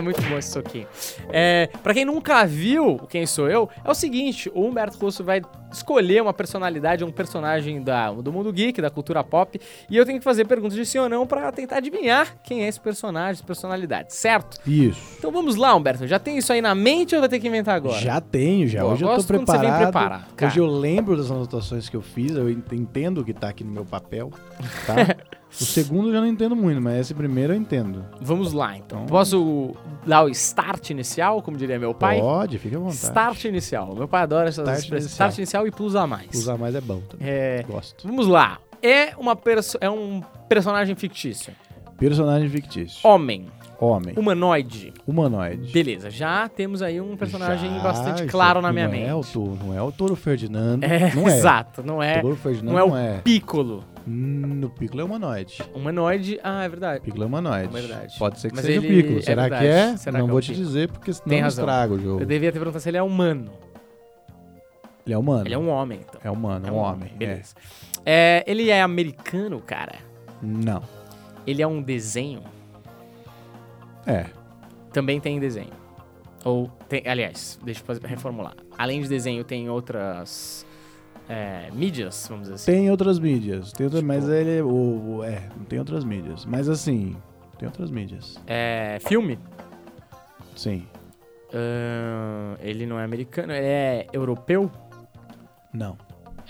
[SPEAKER 3] muito bom esse soquinho. É, pra quem nunca viu o Quem Sou Eu, é o seguinte, o Humberto Russo vai escolher uma personalidade, um personagem da, do mundo geek, da cultura pop, e eu tenho que fazer perguntas de sim ou não pra tentar adivinhar quem é esse personagem, essa personalidade, certo?
[SPEAKER 4] Isso.
[SPEAKER 3] Então vamos lá, Humberto, já tem isso aí na mente ou vai ter que inventar agora?
[SPEAKER 4] Já tenho, já.
[SPEAKER 3] Pô,
[SPEAKER 4] Hoje
[SPEAKER 3] eu
[SPEAKER 4] eu, tô
[SPEAKER 3] gosto quando você vem
[SPEAKER 4] preparado.
[SPEAKER 3] preparado, cara.
[SPEAKER 4] Hoje eu lembro das anotações que eu fiz, eu ent- entendo o que tá aqui no meu papel, tá? o segundo eu já não entendo muito, mas esse primeiro eu entendo.
[SPEAKER 3] Vamos lá, então.
[SPEAKER 4] Então-
[SPEAKER 3] Posso dar o start inicial, como diria meu pai?
[SPEAKER 4] Pode, fica à vontade.
[SPEAKER 3] Start inicial. Meu pai adora essas
[SPEAKER 4] Start
[SPEAKER 3] expressões.
[SPEAKER 4] inicial.
[SPEAKER 3] Start inicial e plus a mais.
[SPEAKER 4] Usar mais é bom também.
[SPEAKER 3] É,
[SPEAKER 4] Gosto.
[SPEAKER 3] vamos lá. É, uma perso é um personagem fictício.
[SPEAKER 4] Personagem fictício.
[SPEAKER 3] Homem,
[SPEAKER 4] Homem.
[SPEAKER 3] humanoide.
[SPEAKER 4] Humanoide.
[SPEAKER 3] Beleza, já temos aí um personagem
[SPEAKER 4] Já,
[SPEAKER 3] bastante
[SPEAKER 4] isso
[SPEAKER 3] claro na
[SPEAKER 4] não
[SPEAKER 3] minha
[SPEAKER 4] é
[SPEAKER 3] mente.
[SPEAKER 4] O touro, não é o Toro Ferdinando.
[SPEAKER 3] É,
[SPEAKER 4] não é.
[SPEAKER 3] exato, não é.
[SPEAKER 4] Toro Ferdinando
[SPEAKER 3] Não é
[SPEAKER 4] não
[SPEAKER 3] o
[SPEAKER 4] é.
[SPEAKER 3] Piccolo.
[SPEAKER 4] Hum, No Piccolo é humanoide.
[SPEAKER 3] Humanoide. Ah, é verdade.
[SPEAKER 4] Piccolo é humanoide.
[SPEAKER 3] É verdade.
[SPEAKER 4] Pode ser que
[SPEAKER 3] Mas
[SPEAKER 4] seja o
[SPEAKER 3] ele-
[SPEAKER 4] Piccolo.
[SPEAKER 3] é
[SPEAKER 4] Será que
[SPEAKER 3] verdade.
[SPEAKER 4] é?
[SPEAKER 3] Será
[SPEAKER 4] não
[SPEAKER 3] que é
[SPEAKER 4] vou
[SPEAKER 3] o
[SPEAKER 4] te
[SPEAKER 3] Piccolo?
[SPEAKER 4] dizer, porque senão
[SPEAKER 3] Tem
[SPEAKER 4] eu
[SPEAKER 3] razão.
[SPEAKER 4] estrago o
[SPEAKER 3] Eu
[SPEAKER 4] jogo.
[SPEAKER 3] devia ter perguntado se ele é humano.
[SPEAKER 4] Ele é humano.
[SPEAKER 3] Ele é um homem, então.
[SPEAKER 4] É humano, é um, homem. É.
[SPEAKER 3] Beleza. É, ele é americano, cara.
[SPEAKER 4] Não.
[SPEAKER 3] Ele é um desenho.
[SPEAKER 4] É.
[SPEAKER 3] Também tem desenho. Ou tem, aliás, deixa eu fazer- reformular. Além de desenho, tem outras é, mídias, vamos dizer assim.
[SPEAKER 4] Tem outras mídias. Tem outras,
[SPEAKER 3] Tipo-
[SPEAKER 4] Mas ele é. o- o- é, não tem outras mídias. Mas assim, tem outras mídias.
[SPEAKER 3] É, filme.
[SPEAKER 4] Sim.
[SPEAKER 3] Ahn, ele não é americano, ele é europeu,
[SPEAKER 4] Não.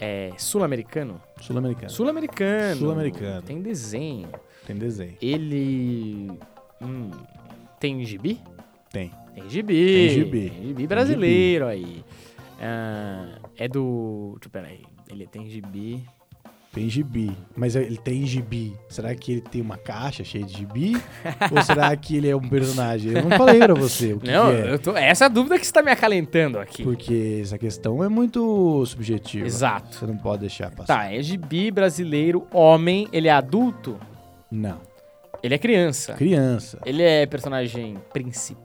[SPEAKER 3] é sul-americano.
[SPEAKER 4] Sul-americano.
[SPEAKER 3] É. Sul-americano.
[SPEAKER 4] Sul-americano.
[SPEAKER 3] Tem desenho.
[SPEAKER 4] Tem desenho.
[SPEAKER 3] Ele hum, tem gibi?
[SPEAKER 4] Tem.
[SPEAKER 3] Tem gibi.
[SPEAKER 4] Tem gibi.
[SPEAKER 3] Tem gibi brasileiro aí. Ah, é do. Deixa eu peraí. Ele tem gibi.
[SPEAKER 4] Tem gibi. Mas ele tem gibi. Será que ele tem uma caixa cheia de gibi? Ou será que ele é um personagem? Eu não falei pra você o que,
[SPEAKER 3] Não,
[SPEAKER 4] que é.
[SPEAKER 3] eu tô, essa é a dúvida que você tá me acalentando aqui.
[SPEAKER 4] Porque essa questão é muito subjetiva.
[SPEAKER 3] Exato.
[SPEAKER 4] Você não pode deixar passar.
[SPEAKER 3] Tá, é gibi brasileiro, homem, ele é adulto,
[SPEAKER 4] Não.
[SPEAKER 3] ele é criança.
[SPEAKER 4] Criança.
[SPEAKER 3] Ele é personagem principal?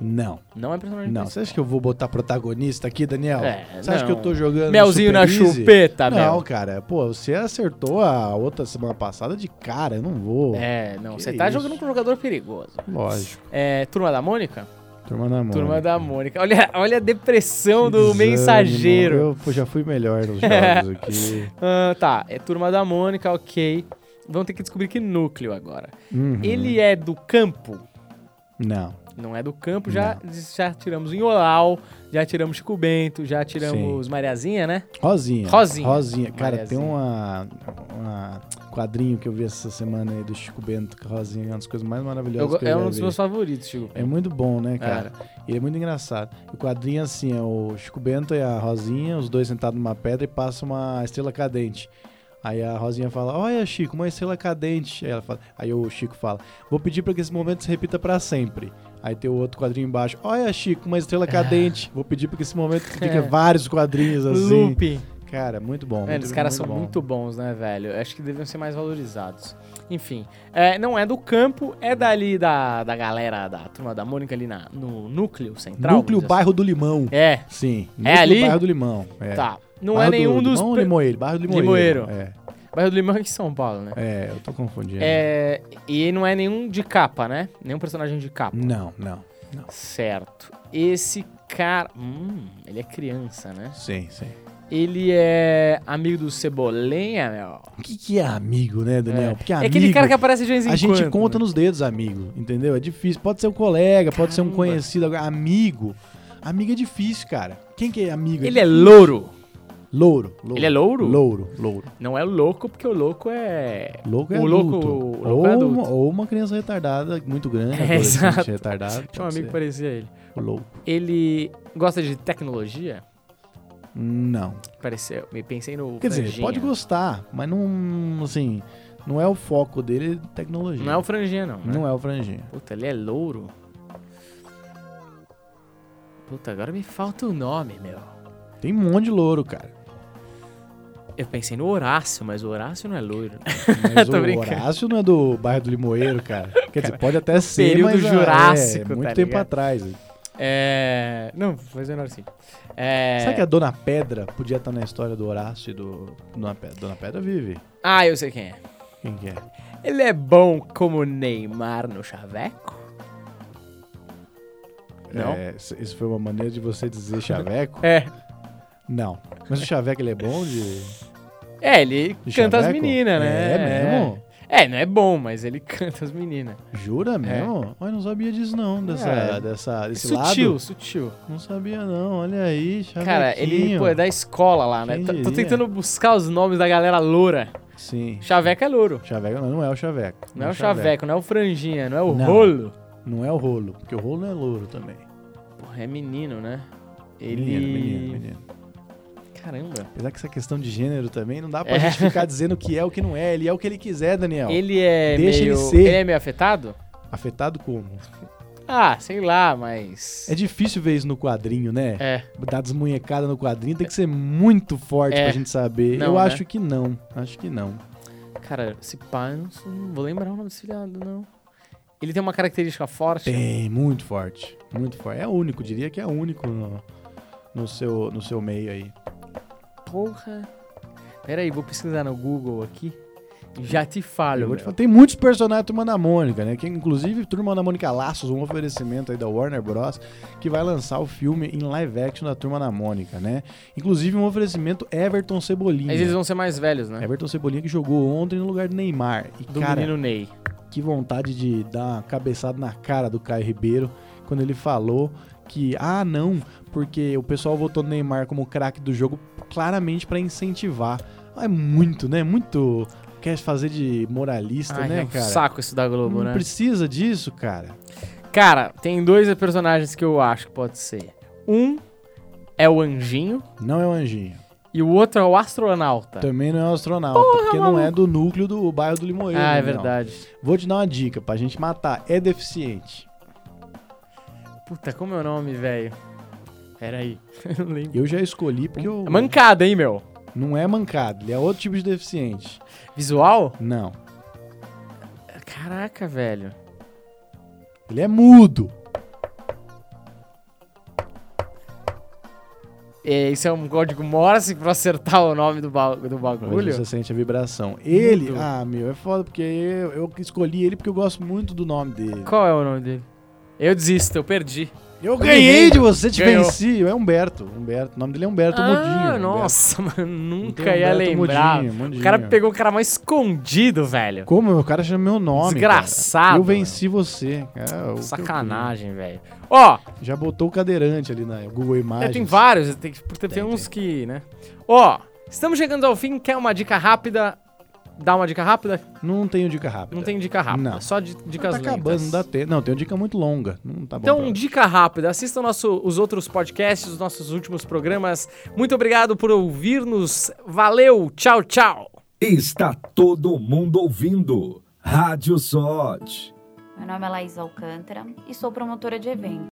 [SPEAKER 4] Não.
[SPEAKER 3] Não é personagem
[SPEAKER 4] Não.
[SPEAKER 3] principal.
[SPEAKER 4] Você acha que eu vou botar protagonista aqui, Daniel?
[SPEAKER 3] É,
[SPEAKER 4] você acha que eu
[SPEAKER 3] não.
[SPEAKER 4] tô jogando.
[SPEAKER 3] Melzinho
[SPEAKER 4] Super
[SPEAKER 3] na
[SPEAKER 4] Easy?
[SPEAKER 3] chupeta,
[SPEAKER 4] Não,
[SPEAKER 3] Mel.
[SPEAKER 4] cara. Pô, você acertou a outra semana passada de cara. Eu não vou.
[SPEAKER 3] É, não,
[SPEAKER 4] Que
[SPEAKER 3] você tá
[SPEAKER 4] isso?
[SPEAKER 3] jogando com um jogador perigoso.
[SPEAKER 4] Lógico.
[SPEAKER 3] É, Turma da Mônica?
[SPEAKER 4] Turma da mão.
[SPEAKER 3] Turma da Mônica. Olha, olha a depressão do mensageiro.
[SPEAKER 4] Eu pô, já fui melhor nos jogos aqui.
[SPEAKER 3] Ah, tá, é Turma da Mônica, ok. Vamos ter que descobrir que núcleo agora.
[SPEAKER 4] Uhum.
[SPEAKER 3] Ele é do campo?
[SPEAKER 4] Não.
[SPEAKER 3] Não é do campo, já, já tiramos Inholau, já tiramos Chico Bento, já tiramos Mariazinha, né?
[SPEAKER 4] Rosinha.
[SPEAKER 3] Rosinha.
[SPEAKER 4] Rosinha. Cara,
[SPEAKER 3] Mariazinha.
[SPEAKER 4] tem uma, uma quadrinho que eu vi essa semana aí do Chico Bento com a Rosinha, é uma das coisas mais
[SPEAKER 3] Eu
[SPEAKER 4] maravilhosas
[SPEAKER 3] go-
[SPEAKER 4] que eu
[SPEAKER 3] é
[SPEAKER 4] já
[SPEAKER 3] um dos
[SPEAKER 4] vi.
[SPEAKER 3] meus favoritos, Chico Bento.
[SPEAKER 4] É muito bom, né, cara? Ele é muito engraçado. O quadrinho é assim, é o Chico Bento e a Rosinha, os dois sentados numa pedra e passa uma estrela cadente. Aí a Rosinha fala, olha, Chico, uma estrela cadente. Aí, ela fala- aí o Chico fala, vou pedir pra que esse momento se repita pra sempre. Aí tem o outro quadrinho embaixo, olha, Chico, uma estrela cadente. Vou pedir pra que esse momento fique
[SPEAKER 3] É.
[SPEAKER 4] vários quadrinhos assim.
[SPEAKER 3] Looping.
[SPEAKER 4] Cara, muito bom.
[SPEAKER 3] Mano,
[SPEAKER 4] muito,
[SPEAKER 3] os É, caras são
[SPEAKER 4] bom.
[SPEAKER 3] muito bons, né, velho? Eu acho que deviam ser mais valorizados. Enfim, é, não é do campo, é dali da, da galera da turma da Mônica ali na, no núcleo central.
[SPEAKER 4] Núcleo
[SPEAKER 3] vamos dizer
[SPEAKER 4] Bairro do Limão.
[SPEAKER 3] assim. É,
[SPEAKER 4] Sim.
[SPEAKER 3] É ali?
[SPEAKER 4] Bairro do Limão. é.
[SPEAKER 3] tá. Não
[SPEAKER 4] Bairro
[SPEAKER 3] é nenhum
[SPEAKER 4] do
[SPEAKER 3] dos.
[SPEAKER 4] Limão ou
[SPEAKER 3] pre-
[SPEAKER 4] Limoeiro? Bairro do Limoeiro.
[SPEAKER 3] Limoeiro.
[SPEAKER 4] É,
[SPEAKER 3] Bairro do Limão é aqui em São Paulo, né?
[SPEAKER 4] é, eu tô confundindo.
[SPEAKER 3] É, e não é nenhum de capa, né? Nenhum personagem de capa.
[SPEAKER 4] Não, não.
[SPEAKER 3] Certo. Esse cara. Hum, ele é criança, né?
[SPEAKER 4] Sim, sim.
[SPEAKER 3] Ele é amigo do Cebolinha, meu.
[SPEAKER 4] O que, que é amigo, né, Daniel? Porque
[SPEAKER 3] é
[SPEAKER 4] amigo,
[SPEAKER 3] aquele cara que aparece de vez em
[SPEAKER 4] a gente
[SPEAKER 3] quando,
[SPEAKER 4] conta
[SPEAKER 3] né?
[SPEAKER 4] nos dedos amigo, entendeu? É difícil. Pode ser um colega, pode ser um
[SPEAKER 3] Caramba.
[SPEAKER 4] conhecido. Agora, amigo. Amigo é difícil, cara. Quem que é amigo?
[SPEAKER 3] Ele é louro.
[SPEAKER 4] louro, louro.
[SPEAKER 3] Ele é louro?
[SPEAKER 4] Louro, louro.
[SPEAKER 3] Não é o louco, porque o louco é.
[SPEAKER 4] Louco é
[SPEAKER 3] O louco-
[SPEAKER 4] adulto.
[SPEAKER 3] o louco
[SPEAKER 4] ou,
[SPEAKER 3] é
[SPEAKER 4] Uma,
[SPEAKER 3] adulto.
[SPEAKER 4] ou uma criança retardada muito grande.
[SPEAKER 3] É,
[SPEAKER 4] adolescente
[SPEAKER 3] exato.
[SPEAKER 4] Retardado,
[SPEAKER 3] Tinha um
[SPEAKER 4] pode
[SPEAKER 3] amigo que
[SPEAKER 4] ser.
[SPEAKER 3] parecia ele.
[SPEAKER 4] O louco.
[SPEAKER 3] Ele gosta de tecnologia?
[SPEAKER 4] Não.
[SPEAKER 3] Pareceu. Me pensei no.
[SPEAKER 4] Quer dizer,
[SPEAKER 3] franjinha.
[SPEAKER 4] pode gostar, mas não, assim, não é o foco dele tecnologia.
[SPEAKER 3] Não é o franjinha, não. Né?
[SPEAKER 4] Não é o franjinha.
[SPEAKER 3] Puta, ele é louro. Puta, agora me falta o nome, meu.
[SPEAKER 4] Tem um monte de louro, cara.
[SPEAKER 3] Eu pensei no Horácio, mas o Horácio não é loiro.
[SPEAKER 4] Mas
[SPEAKER 3] Tô
[SPEAKER 4] o
[SPEAKER 3] brincando.
[SPEAKER 4] Horácio não é do bairro do Limoeiro, cara. Quer dizer, pode até ser,
[SPEAKER 3] período
[SPEAKER 4] mas ah,
[SPEAKER 3] Jurássico,
[SPEAKER 4] é, muito
[SPEAKER 3] tá
[SPEAKER 4] tempo
[SPEAKER 3] ligado?
[SPEAKER 4] atrás.
[SPEAKER 3] É. Não, faz menor sentido. É.
[SPEAKER 4] Será que a Dona Pedra podia estar na história do Horácio e do Dona Pedra? Dona Pedra vive.
[SPEAKER 3] Ah, eu sei quem é.
[SPEAKER 4] Quem que é?
[SPEAKER 3] Ele é bom como Neymar no chaveco? Não?
[SPEAKER 4] É, isso isso foi uma maneira de você dizer chaveco?
[SPEAKER 3] É.
[SPEAKER 4] Não. Mas o chaveco, ele é bom de...
[SPEAKER 3] É, ele
[SPEAKER 4] de
[SPEAKER 3] canta as
[SPEAKER 4] chaveco?
[SPEAKER 3] meninas, né?
[SPEAKER 4] É mesmo?
[SPEAKER 3] É, não é bom, mas ele canta as meninas.
[SPEAKER 4] Jura mesmo? Olha, não sabia disso não, dessa,
[SPEAKER 3] É.
[SPEAKER 4] dessa, desse
[SPEAKER 3] Sutil,
[SPEAKER 4] lado. Tá
[SPEAKER 3] sutil.
[SPEAKER 4] Não sabia não, olha aí, chavequinho.
[SPEAKER 3] Cara, ele pô, é da escola lá, né?
[SPEAKER 4] Quem
[SPEAKER 3] Tô- Tô
[SPEAKER 4] diria?
[SPEAKER 3] tentando buscar os nomes da galera loura.
[SPEAKER 4] Sim.
[SPEAKER 3] Chaveco é louro.
[SPEAKER 4] Chaveco não, não é o chaveco.
[SPEAKER 3] Não é o chaveco, não é o franjinha, não é o
[SPEAKER 4] Não.
[SPEAKER 3] rolo.
[SPEAKER 4] Não é o rolo, porque o rolo é louro também.
[SPEAKER 3] Porra, é menino, né? Ele.
[SPEAKER 4] Menino, menino, menino.
[SPEAKER 3] Caramba.
[SPEAKER 4] Apesar que essa questão de gênero também, não dá pra gente ficar dizendo o que é o que não é. Ele é o que ele quiser, Daniel.
[SPEAKER 3] Ele é
[SPEAKER 4] Deixa
[SPEAKER 3] meio.
[SPEAKER 4] ele ser.
[SPEAKER 3] é meio afetado?
[SPEAKER 4] Afetado como?
[SPEAKER 3] Ah, sei lá, mas.
[SPEAKER 4] É difícil ver isso no quadrinho, né?
[SPEAKER 3] É.
[SPEAKER 4] Dar desmunhecada no quadrinho tem que ser muito forte
[SPEAKER 3] É.
[SPEAKER 4] pra gente saber.
[SPEAKER 3] Não,
[SPEAKER 4] Eu
[SPEAKER 3] né?
[SPEAKER 4] acho que não. Acho que não.
[SPEAKER 3] Cara, se pá, eu não, sou- não vou lembrar o nome desse filhado, não. Ele tem uma característica forte.
[SPEAKER 4] Tem, muito forte. Muito forte. É único, diria que é único no, no seu, no seu meio aí.
[SPEAKER 3] Porra. Pera aí, vou pesquisar no Google aqui. Já te falo.
[SPEAKER 4] Eu vou te
[SPEAKER 3] meu.
[SPEAKER 4] falar, tem muitos personagens da Turma da Mônica, né? Que, inclusive, Turma da Mônica Laços, um oferecimento aí da Warner Bros. que vai lançar o filme em live action da Turma da Mônica, né? Inclusive, um oferecimento Everton Cebolinha.
[SPEAKER 3] Mas eles vão ser mais velhos, né?
[SPEAKER 4] Everton Cebolinha que jogou ontem no lugar do Neymar. E,
[SPEAKER 3] Do
[SPEAKER 4] É, cara,
[SPEAKER 3] menino Ney.
[SPEAKER 4] que vontade de dar uma cabeçada na cara do Caio Ribeiro quando ele falou que, ah, não, porque o pessoal votou no Neymar como craque do jogo claramente pra incentivar. Ah, É muito, né? Muito. Quer fazer de moralista,
[SPEAKER 3] Ai,
[SPEAKER 4] né,
[SPEAKER 3] é um
[SPEAKER 4] cara?
[SPEAKER 3] saco isso da Globo,
[SPEAKER 4] não
[SPEAKER 3] né?
[SPEAKER 4] precisa disso, cara.
[SPEAKER 3] Cara, tem dois personagens que eu acho que pode ser. Um é o anjinho
[SPEAKER 4] Não é um anjinho.
[SPEAKER 3] e o outro é o astronauta.
[SPEAKER 4] Também não é um astronauta, porque não é do núcleo do bairro do Limoeiro. né,
[SPEAKER 3] ah, é
[SPEAKER 4] não.
[SPEAKER 3] verdade.
[SPEAKER 4] Vou te dar uma dica pra gente matar. É deficiente.
[SPEAKER 3] Puta, como é o nome, velho? Pera aí. Eu não lembro.
[SPEAKER 4] Eu já escolhi porque eu...
[SPEAKER 3] É mancada, hein, meu?
[SPEAKER 4] não é mancado, ele é outro tipo de deficiente.
[SPEAKER 3] Visual?
[SPEAKER 4] Não.
[SPEAKER 3] Caraca, velho.
[SPEAKER 4] Ele é mudo.
[SPEAKER 3] É, isso é um código Morse pra acertar o nome do, ba- do
[SPEAKER 4] Mas
[SPEAKER 3] bagulho?
[SPEAKER 4] você sente a vibração. Ele,
[SPEAKER 3] Mudo.
[SPEAKER 4] ah, meu, é foda porque eu, eu escolhi ele porque eu gosto muito do nome dele.
[SPEAKER 3] Qual é o nome dele? Eu desisto, eu perdi.
[SPEAKER 4] Eu ganhei de você, te
[SPEAKER 3] Ganhou.
[SPEAKER 4] venci. É Humberto, Humberto. O nome dele é Humberto
[SPEAKER 3] ah,
[SPEAKER 4] Mudinho.
[SPEAKER 3] nossa, mano, nunca
[SPEAKER 4] Então,
[SPEAKER 3] ia
[SPEAKER 4] Humberto
[SPEAKER 3] lembrar.
[SPEAKER 4] Mudinho, Mudinho.
[SPEAKER 3] O cara pegou o cara mais escondido, velho.
[SPEAKER 4] Como? O cara chama meu nome.
[SPEAKER 3] Desgraçado,
[SPEAKER 4] cara. Eu venci você. cara. O que eu
[SPEAKER 3] Sacanagem, velho. Ó,
[SPEAKER 4] fiz? Já botou o cadeirante ali na Google
[SPEAKER 3] é,
[SPEAKER 4] Imagens.
[SPEAKER 3] tem vários, tem, tem, tem, uns que, né? Ó, estamos chegando ao fim, quer uma dica rápida? Dá uma dica rápida?
[SPEAKER 4] Não tenho dica rápida.
[SPEAKER 3] Não tem dica rápida,
[SPEAKER 4] Não.
[SPEAKER 3] só di- dicas
[SPEAKER 4] Tá
[SPEAKER 3] lentas.
[SPEAKER 4] acabando, não dá tempo. Não, tem uma dica muito longa. Não tá bom. pra
[SPEAKER 3] Então,
[SPEAKER 4] hoje.
[SPEAKER 3] dica rápida, assistam nosso, os outros podcasts, os nossos últimos programas. Muito obrigado por ouvir-nos. Valeu, tchau, tchau.
[SPEAKER 5] Está todo mundo ouvindo. Rádio Sod.
[SPEAKER 6] Meu nome é Laís Alcântara e sou promotora de eventos.